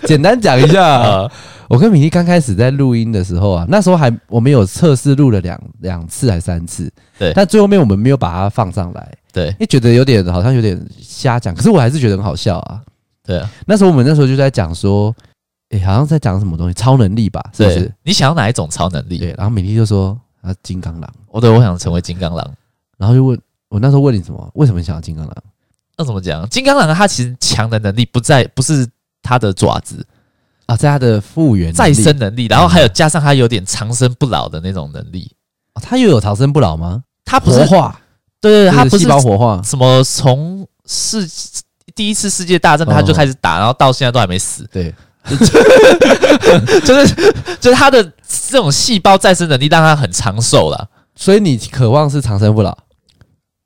S2: 简单讲一下。
S1: 啊，
S2: 我跟米粒刚开始在录音的时候啊，那时候还我们有测试录了两两次还三次，
S1: 对
S2: 但最后面我们没有把它放上来，
S1: 对
S2: 因为觉得有点好像有点瞎讲，可是我还是觉得很好笑啊。
S1: 对啊。
S2: 那时候我们那时候就在讲说，诶、好像在讲什么东西，超能力吧，是不
S1: 对
S2: 是？，
S1: 你想要哪一种超能力？
S2: 对，然后米粒就说啊，金刚狼。
S1: 哦，对，我想成为金刚狼。
S2: 然后就问我那时候问你什么？为什么你想要金刚狼？
S1: 那怎么讲？金刚狼它其实强的能力不在，不是它的爪子，
S2: 啊，在他的复原能力嗯
S1: 再生能力，然后还有加上它有点长生不老的那种能力。
S2: 哦他又有长生不老吗？
S1: 它不是
S2: 活，化，
S1: 对对对，它
S2: 就
S1: 不
S2: 是
S1: 是
S2: 细胞活化。
S1: 什么从世第一次世界大战它就
S2: 哦
S1: 开始打，然后到现在都还没死，
S2: 对，
S1: 就是就是它的这种细胞再生能力让它很长寿了，
S2: 所以你渴望是长生不老，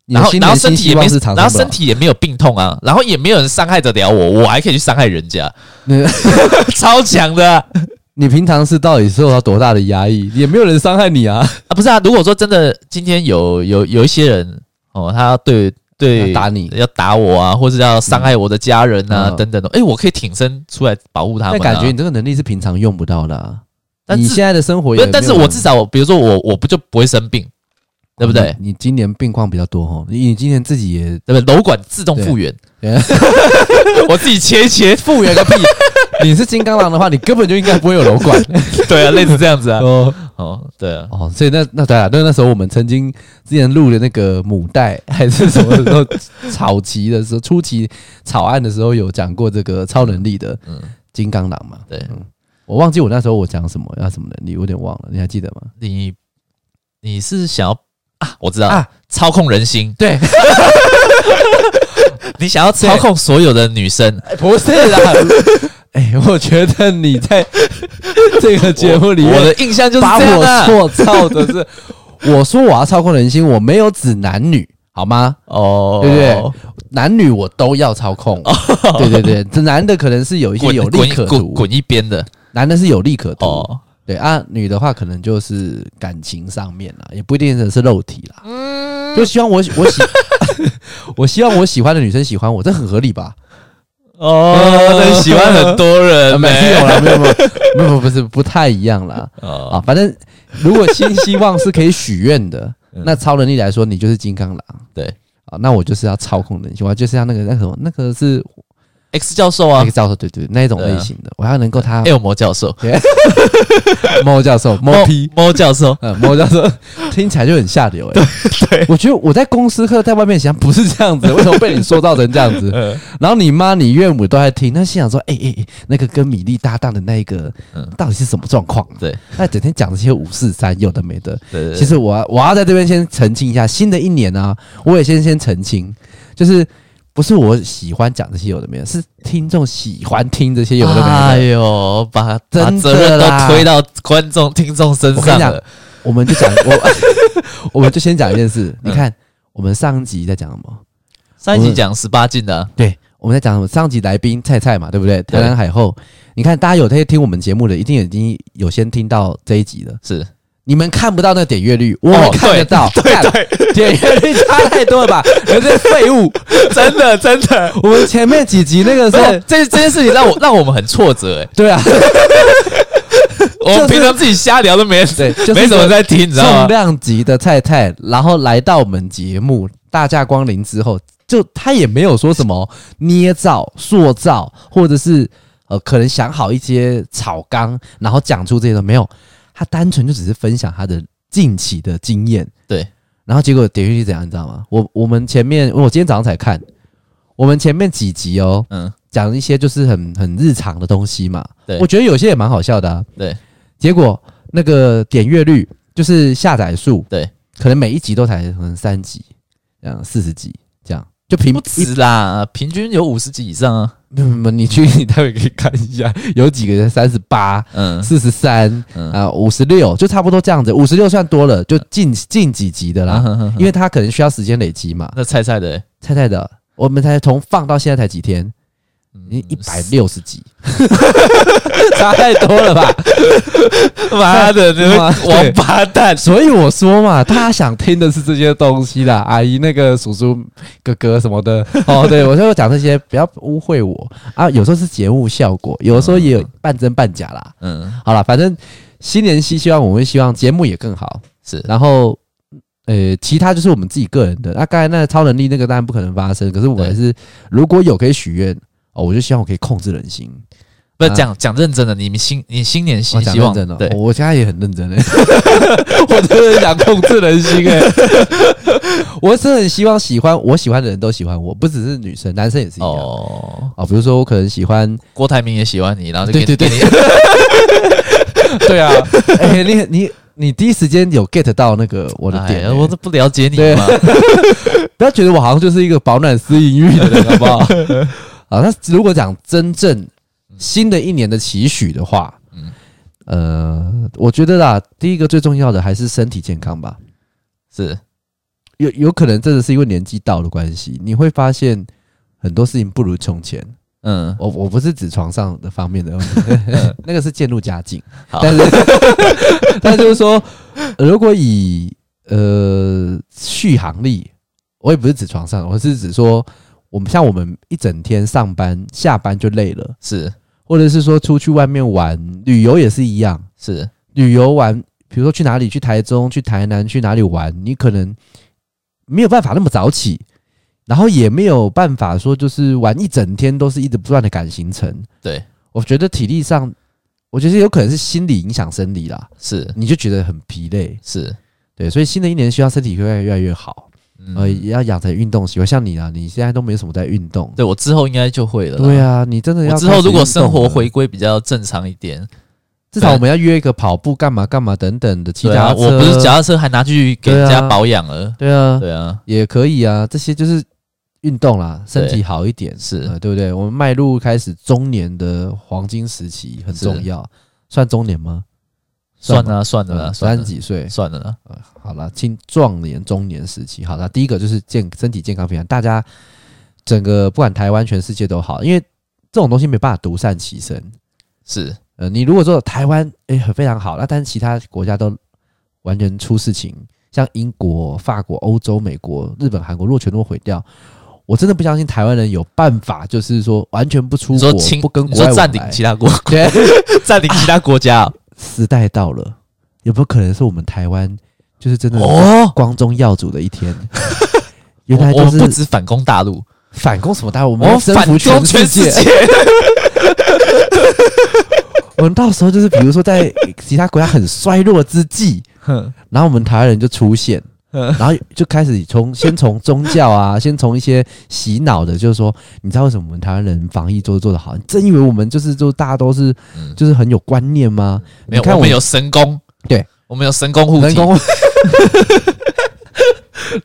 S2: 你的
S1: 然后
S2: 新
S1: 然后
S2: 年
S1: 身体
S2: 新
S1: 也
S2: 希
S1: 没
S2: 望是长生不
S1: 然
S2: 老，
S1: 后身体也没有病痛啊，然后也没有人伤害得了我，我还可以去伤害人家，
S2: 你
S1: 超强的啊、
S2: 你平常是到底受到多大的压抑？也没有人伤害你啊，
S1: 啊，不是啊，如果说真的今天有有有一些人哦，他要对对
S2: 要打你
S1: 要打我啊，或者要伤害我的家人啊、
S2: 嗯
S1: 等等的，哎、我可以挺身出来保护他
S2: 但
S1: 们、啊。
S2: 感觉你这个能力是平常用不到的啊。
S1: 但
S2: 你
S1: 是
S2: 现在的生活
S1: 不
S2: 也
S1: 是
S2: 没，有
S1: 但是我至少我比如说我我不就不会生病，对不对？
S2: 你你今年病况比较多哦，你你今年自己也
S1: 对不对？瘘管自动
S2: 对
S1: 复原，
S2: 对
S1: 我自己切一切，
S2: 复原 个屁！你是金刚狼的话，你根本就应该不会有楼管
S1: 对啊，类似这样子啊。
S2: 哦。
S1: 哦，对啊，
S2: 哦，所以那那对啊，那那时候我们曾经之前录的那个母带 还是什么时候草旗的时候，初期草案的时候有讲过这个超能力的
S1: 嗯，
S2: 金刚狼嘛？嗯
S1: 对
S2: 我忘记我那时候我讲什么要什么能力，我有点忘了，你还记 得吗？
S1: 你你是想要啊？我知道
S2: 啊
S1: 操控人心，
S2: 对，
S1: 你想要操控所有的女生，
S2: 哎 不是啦， 哎、我觉得你 在这个节目里
S1: 我
S2: 面
S1: 的印象就是
S2: 把
S1: 这样啊。
S2: 我塑造的是，我说我要操控人心，我没有指男女，好吗？
S1: 哦，
S2: 对不对？男女我都要操控，对对对，这男的可能是有一些
S1: 滚
S2: 有利
S1: 滚
S2: 可
S1: 滚
S2: 图，
S1: 滚一边的
S2: 男的是有利可图，
S1: 哦。
S2: 对啊，女的话可能就是感情上面啊啦，也不一定是是肉体啦，
S1: 嗯，
S2: 就希望我我喜， 我希望我喜欢的女生喜欢我，这很合理吧？
S1: 哦，那喜欢很多人
S2: 啊
S1: 呢，
S2: 没有啦，没有没有没有，不是不太一样啦。
S1: 哦
S2: 啊，反正如果新希望是可以许愿的，
S1: 嗯
S2: 那超能力来说，你就是金刚狼。
S1: 对
S2: 啊，那我就是要操控人心，我就是要那个那个什么，那个是
S1: ，X 教授啊
S2: 那个，教授，对对，对那一种
S1: 对啊
S2: 类型的，我要能够他
S1: 还有魔教授，
S2: 猫教授，猫
S1: 猫
S2: 批，
S1: 猫教授，
S2: 嗯，猫教授听起来就很下流哎。 对，我觉得我在公司课在外面想不是 这样子，为什么被你塑造成这样子？
S1: 嗯
S2: 然后你妈、你岳母都在听，那心想说：“哎、哎、哎，那个跟米粒搭档的那一个，
S1: 嗯
S2: 到底是什么状况、啊？”
S1: 对，
S2: 那整天讲这些五四三，有的没的。
S1: 对对对
S2: 其实我要我要在这边先澄清一下，新的一年啊，我也先先澄清，就是不是我喜欢讲这些有的没的，是听众喜欢听这些有的没的。
S1: 哎呦，把把
S2: 真的
S1: 责任都
S2: 啦
S1: 推到观众、听众身
S2: 我跟
S1: 上
S2: 你讲
S1: 了。
S2: 我们就讲我， 我们就先讲一件事。
S1: 嗯
S2: 你看，我们上一集在讲什么？
S1: 上一
S2: 我
S1: 集
S2: 们
S1: 讲十八禁的啊，
S2: 对，我们在讲什么？上集来宾菜菜嘛，对不对？
S1: 对
S2: 台南海后，你看大家有在听我们节目的，一定已经有先听到这一集了。
S1: 是
S2: 你们看不到那个点阅率，我
S1: 哦
S2: 们看得到，
S1: 对对
S2: 对， 点阅率差太多了吧？有这废物！
S1: 真的真的，
S2: 我们前面几集那个
S1: 不是
S2: 是，
S1: 这这件事情让我让我们很挫折哎，
S2: 对啊，
S1: 我们平常自己瞎聊都没人
S2: 对，就是
S1: 没
S2: 一
S1: 什么
S2: 个
S1: 在听，你知道
S2: 重
S1: 吗？
S2: 量级的菜菜，然后来到我们节目大驾光临之后，就他也没有说什么捏造、塑造，或者是呃，可能想好一些草纲，然后讲出这些的没有，他单纯就只是分享他的近期的经验。
S1: 对，
S2: 然后结果点进去怎样，你知道吗？我我们前面，我今天早上才看，我们前面几集哦，
S1: 嗯，
S2: 讲一些就是很很日常的东西嘛。
S1: 对
S2: 我觉得有些也蛮好笑的啊。
S1: 对，
S2: 结果那个点阅率就是下载数，
S1: 对，
S2: 可能每一集都才可能三集，这样四十集这样。就平
S1: 不止啦，平均有五十几以上啊。
S2: 嗯，你去你待会可以看一下， 有几个人三十八、
S1: 嗯
S2: 四十三
S1: 嗯
S2: 啊、五十六，就差不多这样子。五十六算多了，就近近几集的啦，
S1: 嗯，
S2: 因为他可能需要时间累积嘛。
S1: 那菜菜的欸
S2: 菜菜的，我们才从放到现在才几天，你一百六十集，嗯 差太多了吧？
S1: 妈的，你
S2: 妈
S1: 们王八蛋！
S2: 所以我说嘛，大家想听的是这些东西啦，阿姨、那个叔叔、哥哥什么 的。哦，对我就讲这些，不要污秽我啊。有时候是节目效果，有时候也有半真半假啦。
S1: 嗯，
S2: 好啦，反正新年新希望，我们希望节目也更好。
S1: 是
S2: 然后，呃，其他就是我们自己个人的。那刚才那个超能力那个当然不可能发生，可是我还是如果有可以许愿哦，我就希望我可以控制人心。
S1: 不是
S2: 啊
S1: 讲讲认真的，你们新你新年
S2: 我
S1: 新
S2: 讲
S1: 希
S2: 认
S1: 望
S2: 真的、哦，
S1: 对
S2: 我现在也很认真欸的，我真的很想控制人心哎、 我是很希望喜欢我喜欢的人都喜欢我，不只是女生，男生也是一样。哦
S1: 哦，
S2: 比如说我可能喜欢，
S1: 郭台铭也喜欢你，然后就
S2: 对
S1: 给你
S2: 对
S1: 给
S2: 对
S1: 你
S2: 对啊，哎、你你你第一时间有 get 到那个我的
S1: 哎
S2: 点、
S1: 呀
S2: 欸，
S1: 我都不了解你
S2: 对
S1: 嘛。
S2: 不要觉得我好像就是一个饱暖思淫欲的人，好不 好？好，啊那如果讲真正新的一年的期许的话，
S1: 嗯
S2: 呃，我觉得啦，第一个最重要的还是身体健康吧。
S1: 是，
S2: 有有可能真的是因为年纪到的关系，你会发现很多事情不如从前。
S1: 嗯，
S2: 我我不是指床上的方面的 问题，那个是渐入佳境。
S1: 好
S2: 但是但就是 说，如果以呃续航力，我也不是指床上，我是指说，我们像我们一整天上班下班就累了，
S1: 是
S2: 或者是说出去外面玩旅游也是一样，
S1: 是，
S2: 旅游玩，比如说去哪里，去台中、去台南、去哪里玩，你可能没有办法那么早起，然后也没有办法说就是玩一整天都是一直不断的赶行程。
S1: 对，
S2: 我觉得体力上，我觉得有可能是心理影响生理啦，
S1: 是
S2: 你就觉得很疲累。
S1: 是，
S2: 对，所以新的一年需要身体会越来越来越好，呃，
S1: 嗯，
S2: 也要养成运动习惯。像你啊，你现在都没有什么在运动。
S1: 对我之后应该就会了。
S2: 对。啊，你真的要
S1: 我之后如果生活
S2: 回。
S1: 回归比较正常一点，
S2: 至少我们要约一个跑步干嘛干嘛等等的骑
S1: 对啊，
S2: 脚踏
S1: 我
S2: 车。
S1: 不是脚踏车还拿去给人
S2: 对
S1: 家
S2: 啊
S1: 保养了，
S2: 对啊，
S1: 对啊，
S2: 也可以啊，这些就是运动啦，身体好一点
S1: 是
S2: 呃对不对？我们迈入开始中年的黄金时期很
S1: 是
S2: 重要，算中年吗？
S1: 算
S2: 吗
S1: 了啊算了啦，
S2: 呃
S1: 算
S2: 三
S1: 了
S2: 十几岁，
S1: 算了啊啦，
S2: 呃好了，青壮年、中年时期，好了，第一个就是健身体健康平衡，大家整个不管台湾、全世界都好，因为这种东西没办法独善其身。
S1: 是
S2: 呃，你如果说台湾诶、很非常好，那但是其他国家都完全出事情，像英国、法国、欧洲、美国、日本、韩国，如果全都毁掉，我真的不相信台湾人有办法，就是说完全不出
S1: 你说
S2: 国
S1: 侵，
S2: 不跟
S1: 你
S2: 国
S1: 说
S2: 外往
S1: 占领
S2: 来
S1: 其他国，
S2: 对，啊
S1: 占领其他国家哦
S2: 时代到了，有没有可能是我们台湾就是真的
S1: 哦，
S2: 光宗耀祖的一 天？嗯原来
S1: 我我
S2: 就
S1: 们不
S2: 是
S1: 止反攻大陆，
S2: 反攻什么大陆，我
S1: 我
S2: 们要
S1: 们
S2: 征
S1: 反
S2: 服
S1: 攻全
S2: 世
S1: 世
S2: 界。
S1: 界，
S2: 我们到时候就是比如说在其他国家很衰弱之际，
S1: 哼
S2: 然后我们台湾人就出现，
S1: 哼
S2: 然后就开始从 先从宗教啊，先从一些洗脑的，就是说，你知道为什么我们台湾人防疫做得做得好？你真以为我们就是就大家都是
S1: 嗯
S2: 就是很有观念吗？
S1: 没有，
S2: 你看
S1: 我
S2: 我
S1: 们有神功，
S2: 对，
S1: 我们有神功护体
S2: 神， 功。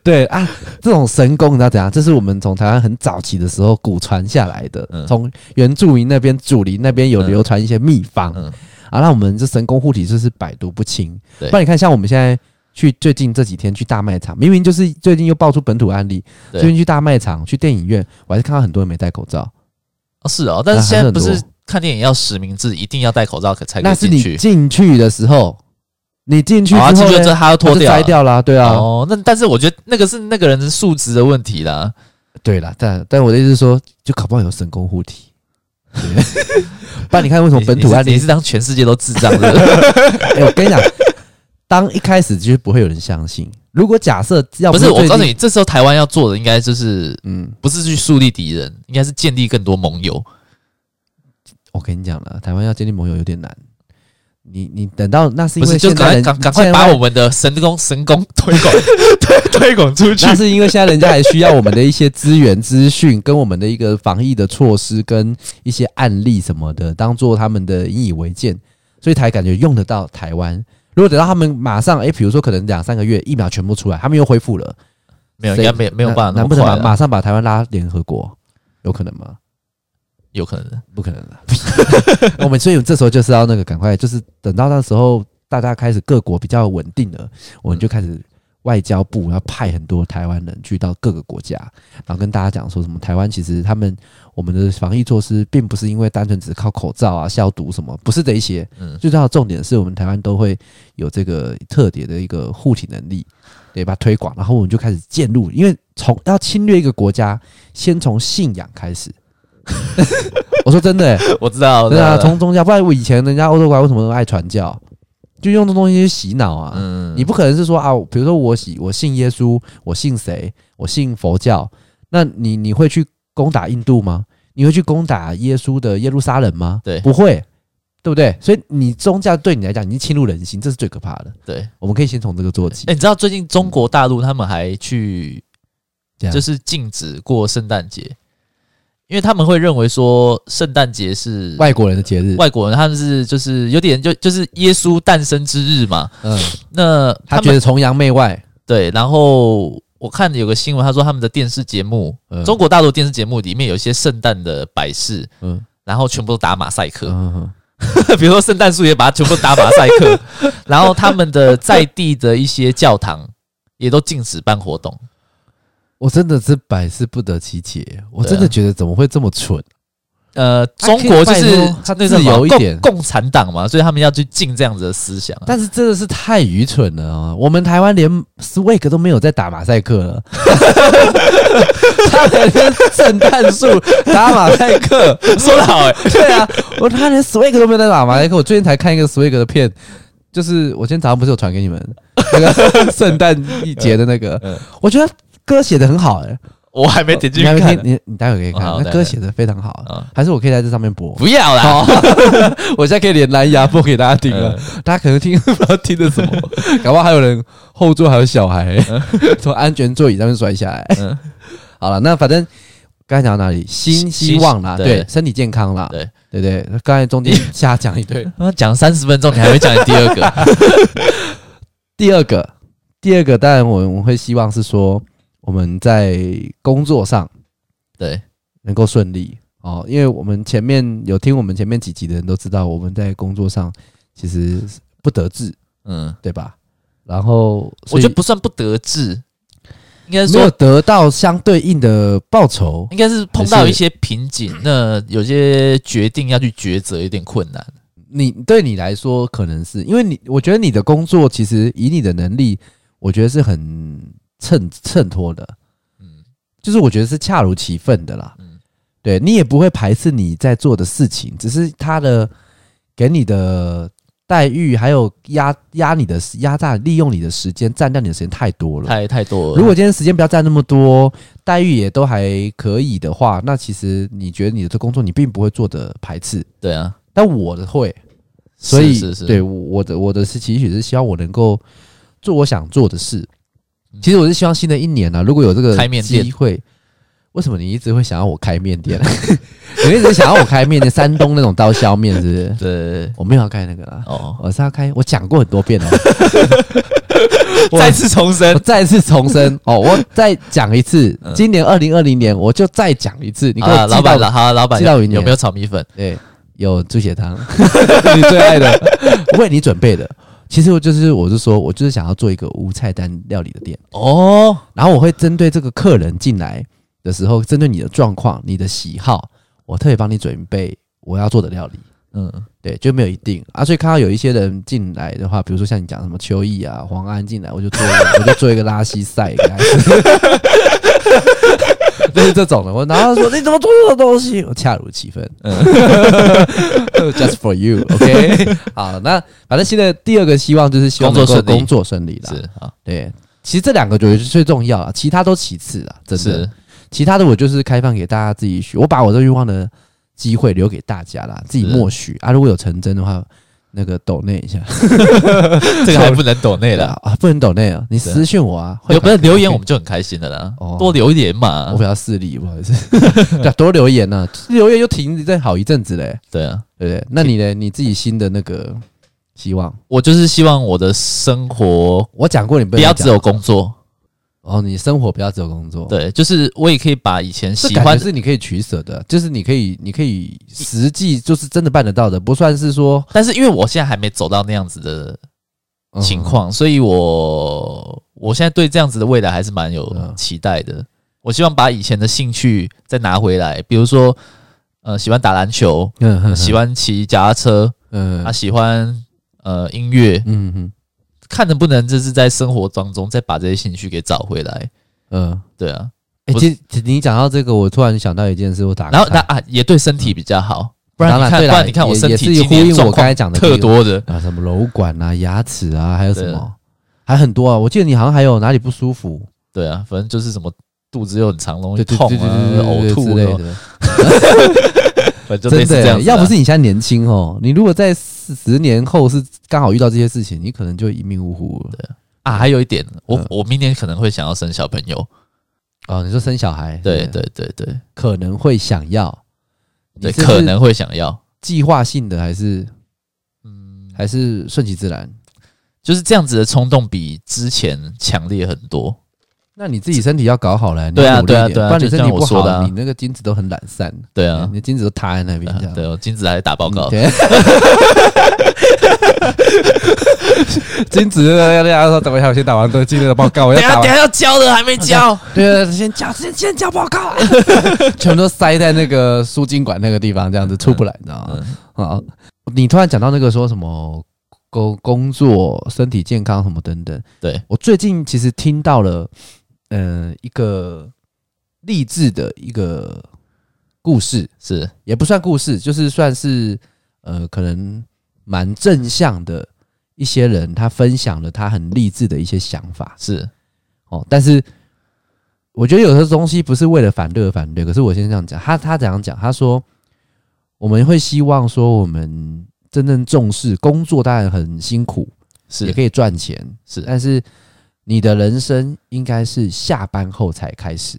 S2: 对啊，这种神功你知道怎样？这是我们从台湾很早期的时候古传下来的
S1: 嗯，
S2: 从、原住民那边、祖灵那边有
S1: 嗯
S2: 流传一些秘方、
S1: 嗯
S2: 啊，那我们这神功护体就是百毒不侵。不
S1: 对
S2: 然你看，像我们现在去最近这几天去大卖场，明明就是最近又爆出本土案例，
S1: 对
S2: 最近去大卖场、去电影院，我还是看到很多人没戴口罩。
S1: 哦是哦，但是
S2: 那还
S1: 现在
S2: 啊很
S1: 不是
S2: 多
S1: 看电影要实名制，一定要戴口罩可才可
S2: 那
S1: 以
S2: 是
S1: 进
S2: 你
S1: 去，
S2: 进去的时候，你进去之
S1: 好啊，
S2: 后
S1: 进去
S2: 呢
S1: 之后他要脱
S2: 它就
S1: 掉
S2: 摘
S1: 了，
S2: 掉啦，对啊。
S1: 哦，那但是我觉得那个是那个人的素质的问题啦。
S2: 对啦，但但我的意思是说，就搞不好有神功护体。对 不然你看为什么
S1: 你
S2: 本土
S1: 你是
S2: 案
S1: 你
S2: 例？
S1: 是当全世界都智障 的？
S2: 哎、我跟你讲，当一开始就是不会有人相信。如果假设要
S1: 不是，我
S2: 最
S1: 告诉
S2: 近，
S1: 你，这时候台湾要做的应该就是
S2: 嗯，
S1: 不是去树立敌人，应该是建立更多盟友。
S2: 我跟你讲了，台湾要建立盟友有点难。你你等到那是
S1: 不
S2: 因
S1: 是，
S2: 为
S1: 就
S2: 现
S1: 赶
S2: 在
S1: 快
S2: 人
S1: 赶赶快
S2: 现在
S1: 把我们的神功神功推 广推推广出去
S2: 那。是因为现在人家还需要我们的一些资源、资讯，跟我们的一个防疫的措施，跟一些案例什么的，当做他们的引以为鉴，所以才感觉用得到台湾。如果等到他们马上，诶、比如说可能两三个月疫苗全部出来，他们又恢复了，
S1: 没有，应
S2: 谁
S1: 该没有没有办法
S2: 难
S1: 那
S2: 不
S1: 么
S2: 成
S1: 快
S2: 把
S1: 啦，
S2: 马上把台湾拉联合国？有可能吗？
S1: 有可能。
S2: 不可能的。 我们所以这时候就是要那个赶快，就是等到那时候大家开始各国比较稳定了，我们就开始外交部要派很多台湾人去到各个国家，然后跟大家讲说什么台湾其实他们我们的防疫措施并不是因为单纯只是靠口罩啊、消毒什么，不是这一些，
S1: 嗯，
S2: 最重要的重点是我们台湾都会有这个特别的一个护体能力，对吧？推广，然后我们就开始建入，因为从要侵略一个国家，先从信仰开始。 我说真的、欸，
S1: 我知道，我知
S2: 对啊，
S1: 道。
S2: 从宗教，不然我以前人家欧洲国家为什么爱传教，就用这东西去洗脑啊。
S1: 嗯
S2: 你不可能是说啊，比如说我喜我信耶稣，我信谁，我信佛教，那你你会去攻打印度吗？你会去攻打耶稣的耶路撒冷吗？
S1: 对
S2: 不会，对不对？所以你宗教对你来讲，你是侵入人心，这是最可怕的。
S1: 对。
S2: 我们可以先从这个做起
S1: 哎，。你知道最近中国大陆他们还去
S2: 这样
S1: 就是禁止过圣诞节，因为他们会认为说圣诞节是
S2: 外国人的节日，
S1: 外国人，他们是就是有点就就是耶稣诞生之日嘛。
S2: 嗯，
S1: 那他
S2: 他
S1: 们
S2: 觉得崇洋媚外，
S1: 对，然后我看有个新闻，他说他们的电视节目，
S2: 嗯
S1: 中国大陆电视节目里面有一些圣诞的摆饰，
S2: 嗯
S1: 然后全部都打马赛克，
S2: 嗯嗯
S1: 比如说圣诞树也把它全部打马赛克， 然后他们的在地的一些教堂也都禁止办活动。
S2: 我真的是百思不得其解，我
S1: 对啊
S2: 真的觉得怎么会这么蠢？
S1: 呃，
S2: 啊
S1: 中国就
S2: 可以拜
S1: 是
S2: 托他
S1: 那个什么
S2: 自由一点
S1: 共共产党嘛，所以他们要去禁这样子的思想啊、
S2: 但是真的是太愚蠢了啊！我们台湾连 Swag 都没有在打马赛克了， 他们连圣诞树打马赛克，
S1: 说得好、欸，
S2: 对啊，我他连 Swag 都没有在打马赛克。我最近才看一个 Swag 的片，就是我今天早上不是有传给你们 那个圣诞节的那个
S1: 嗯嗯，
S2: 我觉得歌写的很好哎、
S1: 我还没点进
S2: 你
S1: 去
S2: 还没
S1: 看
S2: 听
S1: 呢。
S2: 你你待会可以看
S1: 哦好，
S2: 那歌写的非常好啊
S1: 嗯，
S2: 还是我可以在这上面播。
S1: 不要啦，
S2: 好， 我现在可以连蓝牙播给大家 听了，
S1: 嗯
S2: 大家可能听不知道听的什么，搞不好还有人后座还有小孩、 从安全座椅上面摔下来。
S1: 嗯
S2: 好了，那反正刚才讲到哪里？新
S1: 新
S2: 希望啦，
S1: 新
S2: 对
S1: 对，
S2: 身体健康啦，
S1: 对
S2: 对对对，刚才中间瞎讲一堆。
S1: 他讲三十分钟，你还没讲你第二个，
S2: 第二个，第二个，当然我们会希望是说我们在工作上
S1: 对，
S2: 能够顺利哦。因为我们前面有听我们前面几集的人都知道，我们在工作上其实不得志，
S1: 嗯，
S2: 对吧？然后
S1: 我觉得
S2: 所
S1: 不算不得志，应该
S2: 以没有
S1: 说
S2: 得到相对应的报酬，
S1: 应该是碰到一些瓶颈，那有些决定要去抉择有点困难。
S2: 你对你来说可能是因为你，我觉得你的工作其实以你的能力，我觉得是很衬衬托的，
S1: 嗯
S2: 就是我觉得是恰如其分的啦。
S1: 嗯
S2: 对你也不会排斥你在做的事情，只是他的给你的待遇，还有压压你的压榨、利用你的时间、占掉你的时间太多了。
S1: 太太多了。
S2: 嗯如果今天时间不要占那么多，待遇也都还可以的话，那其实你觉得你的这工作你并不会做的排斥，
S1: 对啊，
S2: 但我的会，所以
S1: 是是是
S2: 对我我的我的是期许是希望我能够做我想做的事。其实我是希望新的一年呢、啊，如果有这个
S1: 开面店
S2: 机会，为什么你一直会想要我开面店？ 你一直想要我开面店，山东那种刀削面是不是？
S1: 对
S2: 我没有要开那个啦，
S1: 哦，
S2: 我是要开，我讲过很多 遍哦，我
S1: 再次重申
S2: 我，再次重 申哦，我再讲一次，
S1: 嗯
S2: 今年二零二零年我就再讲一次，你给我
S1: 啊
S2: 记到
S1: 老板了，好，老板
S2: 寄到云
S1: 有
S2: 南
S1: 没有炒米粉？
S2: 对，有猪血汤， 你最爱的，为你准备的。其实我就是，我是说，我就是想要做一个无菜单料理的店，
S1: 哦，
S2: 然后我会针对这个客人进来的时候，针对你的状况、你的喜好，我特别帮你准备我要做的料理。
S1: 嗯，
S2: 对，就没有一定啊，所以看到有一些人进来的话，比如说像你讲什么秋意啊、黄安进来，我就做一个我就做一个拉稀赛给他 吃就是这种的。我然后他说你怎么做这种东西？ 我恰如其分。Just for you，OK、好， 那反正现在第二个希望就是希望
S1: 工作
S2: 能够
S1: 顺利
S2: 工作顺利啦。
S1: 是好，
S2: 对，其实这两个我觉得是最重要啊，其他都其次啊，真的。
S1: 是
S2: 其他的我就是开放给大家自己许，我把我这欲望的机会留给大家啦，自己默许啊。如果有成真的话，那个抖内一下，
S1: 这个还不能抖内了。
S2: 啊，不能抖内啊，你私信我啊，
S1: 有
S2: 汇
S1: 不
S2: 款
S1: 是留言我们就很开心的啦
S2: 哦，
S1: 多留言嘛
S2: 我。比较势利，不好意思， 对啊多留言呢、啊，留言又停在好一阵子嘞，
S1: 对啊，
S2: 对不对？那你呢？你自己新的那个希望，
S1: 我就是希望我的生活
S2: 我讲过你不
S1: 不
S2: 能
S1: 要
S2: 讲
S1: 只有工作，
S2: 哦，你生活不要只有工作，，
S1: 对，就是我也可以把以前
S2: 哦这
S1: 喜
S2: 感觉
S1: 欢
S2: 是你可以取舍的，就是你可以，你可以实际就是真的办得到的，不算是说、
S1: 但是因为我现在还没走到那样子的
S2: 嗯
S1: 情。况，所以我我现在对这样子的未来还是蛮有
S2: 嗯
S1: 期待的。我希望把以前的兴趣再拿回来，比如说，呃，喜欢打篮球，
S2: 嗯哼
S1: 喜欢骑脚踏车，
S2: 嗯
S1: 啊，喜欢呃音乐，
S2: 嗯嗯
S1: 看能不能就是在生活当中再把这些兴趣给找回来。
S2: 嗯，
S1: 对啊，
S2: 哎、
S1: 我
S2: 其实其实你讲到这个，我突然想到一件事，我打个
S1: 然后那
S2: 岔
S1: 啊也对身体比较好，不然
S2: 当
S1: 你
S2: 然
S1: 看，
S2: 对
S1: 不
S2: 啦
S1: 然你看我
S2: 也
S1: 身
S2: 也
S1: 体
S2: 是
S1: 今
S2: 呼
S1: 天
S2: 应
S1: 状
S2: 我刚
S1: 况
S2: 才讲的
S1: 特多的，
S2: 啊，什么楼管啊、牙齿啊，还有什
S1: 对
S2: 么，还很多啊。我记得你好像还有哪里不舒服，
S1: 对啊，反正就是什么肚子又很长，容易
S2: 对对
S1: 痛
S2: 对对对
S1: 啊、
S2: 对
S1: 呕
S2: 对对
S1: 吐
S2: 之类
S1: 什么
S2: 的，
S1: 反正就类
S2: 真
S1: 似这样
S2: 的。
S1: 子
S2: 要
S1: 啦
S2: 不是你现在年轻哦，你如果在四十年后是刚好遇到这些事情，你可能就一命呜呼了。
S1: 啊，还有一点，我、
S2: 嗯
S1: 我明年可能会想要生小朋友，
S2: 哦，你说生小孩，
S1: 对对对对
S2: 可能会想要，
S1: 对，
S2: 你是
S1: 可能会想要，
S2: 计划性的还是
S1: 嗯，
S2: 还是顺其自然。
S1: 就是这样子的冲动比之前强烈很多，
S2: 那你自己身体要搞好了，你
S1: 对啊
S2: 要努力一
S1: 对
S2: 点
S1: 啊对啊
S2: 不然你身体
S1: 就像
S2: 不
S1: 我说的啊
S2: 好，你那个精子都很懒散，
S1: 对啊
S2: 你，的精子都塌在那边嗯这
S1: 啊
S2: 样。嗯
S1: 对，我金子还打报告，
S2: 对，精子要大家说等一下，我先打完这个今天的报告，我要
S1: 等一
S2: 打
S1: 下等一
S2: 完。嗯
S1: 下要交的还没交，
S2: 对，先交，先先交报告， 全部都塞在那个输精管那个地方，这样子出不来，你知道吗？啊，你突然讲到那个说什么工工作、身体健康什么等等，
S1: 对
S2: 我最近其实听到了，呃，一个励志的一个故事，
S1: 是
S2: 也不算故事，就是算是呃，可能蛮正向的一些人，他分享了他很励志的一些想法
S1: 是，
S2: 哦。但是我觉得有的东西不是为了反对而反对，可是我先这样讲，他他怎样讲？他说我们会希望说我们真正重视工作，当然很辛苦，也
S1: 是
S2: 可以赚钱，
S1: 是
S2: 但是你的人生应该是下班后才开始。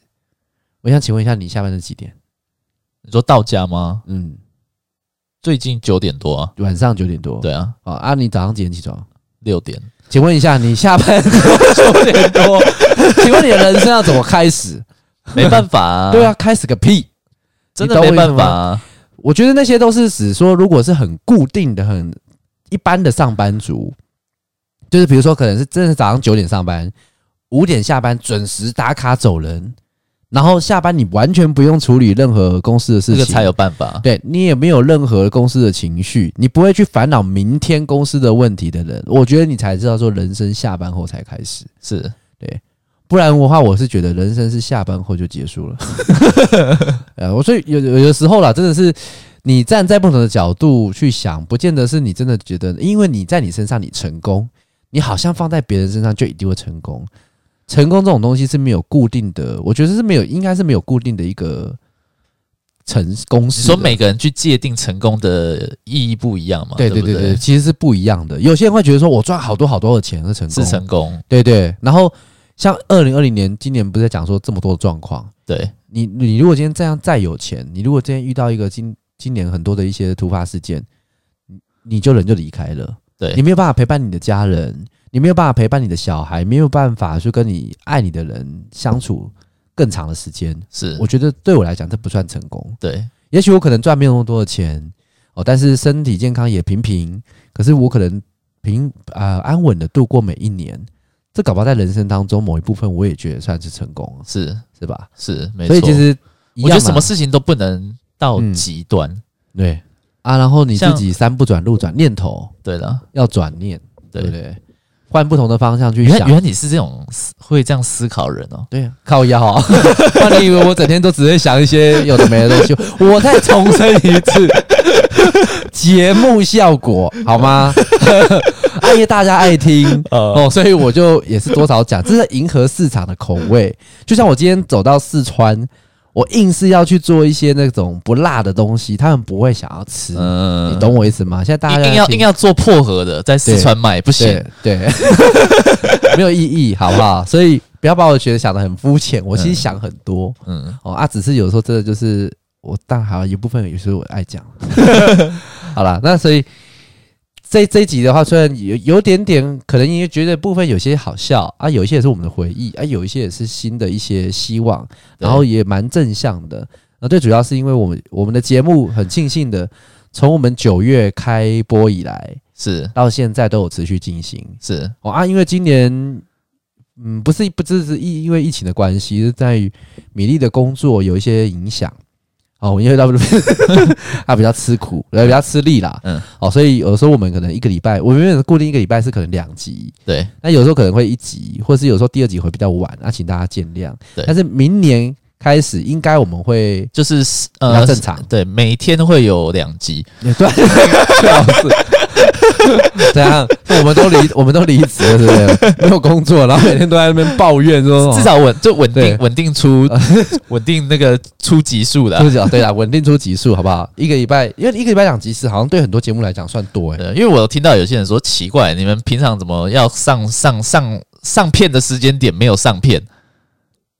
S2: 我想请问一下，你下班是几点？
S1: 你说到家吗？
S2: 嗯，
S1: 最近九点多啊，
S2: 晚上九点多。
S1: 对啊，
S2: 哦，啊，你早上几点起床？
S1: 六 点，
S2: 请问一下，你下班九点多，请问你的人生要怎么开始？
S1: 没办法、啊，
S2: 对，啊，开始个屁！
S1: 真的没办法、啊。
S2: 我觉得那些都是指说，如果是很固定的、很一般的上班族，就是比如说可能是真的早上九点上班，五点下班准时打卡走人，然后下班你完全不用处理任何公司的事
S1: 这
S2: 情，
S1: 个才有办法。
S2: 对你也没有任何公司的情绪，你不会去烦恼明天公司的问题的人，我觉得你才知道说人生下班后才开始，
S1: 是，
S2: 不然的话，我是觉得人生是下班后就 结束了。 呃，我所以有有的时候啦，真的是你站在不同的角度去想，不见得是你真的觉得，因为你在你身上你成功，你好像放在别人身上就一定会成功。成功这种东西是没有固定的，我觉得是没有，应该是没有固定的一个成公式
S1: 你
S2: 的。
S1: 说每个人去界定成功的意义不一样嘛？
S2: 对
S1: 对
S2: 对
S1: 不
S2: 对对，其实是不一样的。有些人会觉得说我赚好多好多的钱是成功，
S1: 是成功，
S2: 对对。然后像二零二零年，今年不是在讲说这么多的状况，
S1: 对，
S2: 你你如果今天这样再有钱，你如果今天遇到一个今今年很多的一些突发事件，你你就人就离开了，
S1: 对
S2: 你没有办法陪伴你的家人，你没有办法陪伴你的小孩，没有办法去跟你爱你的人相处更长的时间。
S1: 是
S2: 我，觉得对我来讲，这不算成功。
S1: 对，
S2: 也许我可能赚没有那么多的钱哦，但是身体健康也平平，可是我可能平啊、安稳的度过每一年，这搞不好在人生当中某一部分，我也觉得算是成功，
S1: 是
S2: 是吧？
S1: 是，没错。
S2: 所以其实一
S1: 我觉
S2: 样啊嘛
S1: 得什么事情都不能到
S2: 嗯
S1: 极端。
S2: 对啊，然后你自
S1: 像
S2: 己三不转路转，念头
S1: 对了，
S2: 要转念，对
S1: 对
S2: 不对？换不同的方向去
S1: 原来
S2: 想
S1: 原。来你是这种思会这样思考的人哦。
S2: 对啊，靠腰啊！ 不然你以为我整天都只会想一些有的没的 东西？我再重申一次，节目效果好吗？ 爱业大家 爱听
S1: 呃，
S2: 哦，所以我就也是多少讲，这是迎合市场的口味。就像我今天走到四川，我硬是要去做一些那种不辣的东西，他们不会想要吃。
S1: 嗯
S2: 你懂我意思吗？现在大家
S1: 硬硬要
S2: 听
S1: 硬要做破盒的，在四
S2: 对
S1: 川卖不行
S2: 对。对， 没有意义，好不好？所以不要把我觉得想的很肤浅，我其实想很多、
S1: 嗯，
S2: 哦啊，只是有时候真的就是我，但还有一部分有时候我 爱讲。好啦，那所以这这一集的话，虽然有有点点，可能也觉得部分有些好笑啊，有一些也是我们的回忆啊，有一些也是新的一些希望，
S1: 对
S2: 然后也蛮正向的。那最主要是因为我们我们的节目很庆幸的，从我们九月开播以来
S1: 是
S2: 到现在都有持续进行，
S1: 是，
S2: 哦啊，因为今年，嗯，不是不只是疫，因为疫情的关系，是在于米粒的工作有一些影响。哦，因为他不是 他比较吃苦，呃，比较吃力啦。
S1: 嗯
S2: 嗯，哦，所以有时候我们可能一个礼拜，我们原本固定一个礼拜是可能两集，
S1: 对
S2: 那有时候可能会一集，或是有时候第二集会比较晚，那、请大家见谅。
S1: 对
S2: 但是明年开始应该我们会
S1: 就是
S2: 比较
S1: 呃
S2: 正，常。
S1: 对，每天会有两集，
S2: 对，最好是。 怎样？我们都离我们都离职了，是不是？没有工作，然后每天都在那边抱怨说，
S1: 至少稳就稳定
S2: 哦对
S1: 稳定 出稳定那个出级数的啊、
S2: 就是对啦，稳定出集数，好不好？一个礼拜，因为一个礼拜两集是好像对很多节目来讲算多哎、
S1: 对，因为我有听到有些人说奇怪，你们平常怎么要上上上上片的时间点没有上片？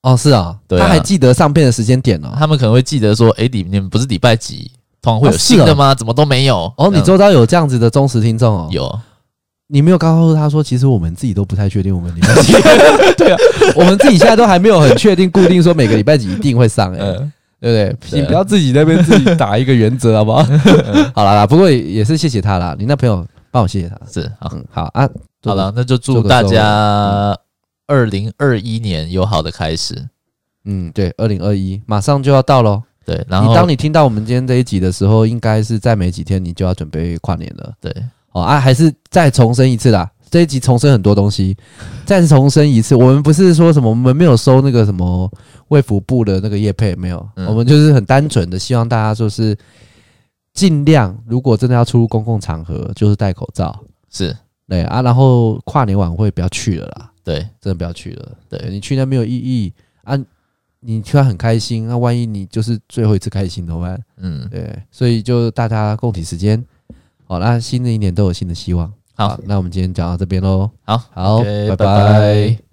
S2: 哦，是啊，
S1: 对啊
S2: 他还记得上片的时间点哦。
S1: 他们可能会记得说，诶，你你们不是礼拜几通常会有
S2: 啊是
S1: 新
S2: 啊
S1: 的吗？怎么都没有？
S2: 哦，你
S1: 这样
S2: 周遭有这样子的忠实听众哦？，
S1: 有
S2: 你没有告诉他说，其实我们自己都不太确定我们礼拜几？ 对啊，我们自己现在都还没有很确定固定说每个礼拜几一定会上哎、
S1: 嗯
S2: 对不
S1: 对
S2: 对？你不要自己在那边自己打一个原则，好不好？嗯好啦啦，不过也也是谢谢他啦，你那朋友帮我谢谢他。
S1: 是好
S2: 嗯，好啊，
S1: 好了，，那就
S2: 做
S1: 祝
S2: 个嗯
S1: 大
S2: 收尾
S1: 家二零二一年有好的开始。
S2: 嗯，对，二零二一马上就要到喽。
S1: 对，然
S2: 你当
S1: 后
S2: 你听到我们今天这一集的时候，应该是在没几天你就要准备跨年了。
S1: 对
S2: 哦啊，还是再重申一次啦，这一集重申很多东西，再重申一次。我们不是说什么，我们没有收那个什么卫福部的那个业配，没有，
S1: 嗯
S2: 我们就是很单纯的希望大家就是尽量，如果真的要出入公共场合，就是戴口罩。
S1: 是，
S2: 对啊，然后跨年晚会不要去了啦，
S1: 对
S2: 真的不要去了。
S1: 对
S2: 你去那没有意义啊，你去然很开心，那、万一你就是最后一次开心怎么办？
S1: 嗯，
S2: 对，所以就大家共体时间。好，那新的一年都有新的希望。
S1: 好，
S2: 那我们今天讲到这边喽。
S1: 好
S2: 好
S1: OK，拜
S2: 拜
S1: 拜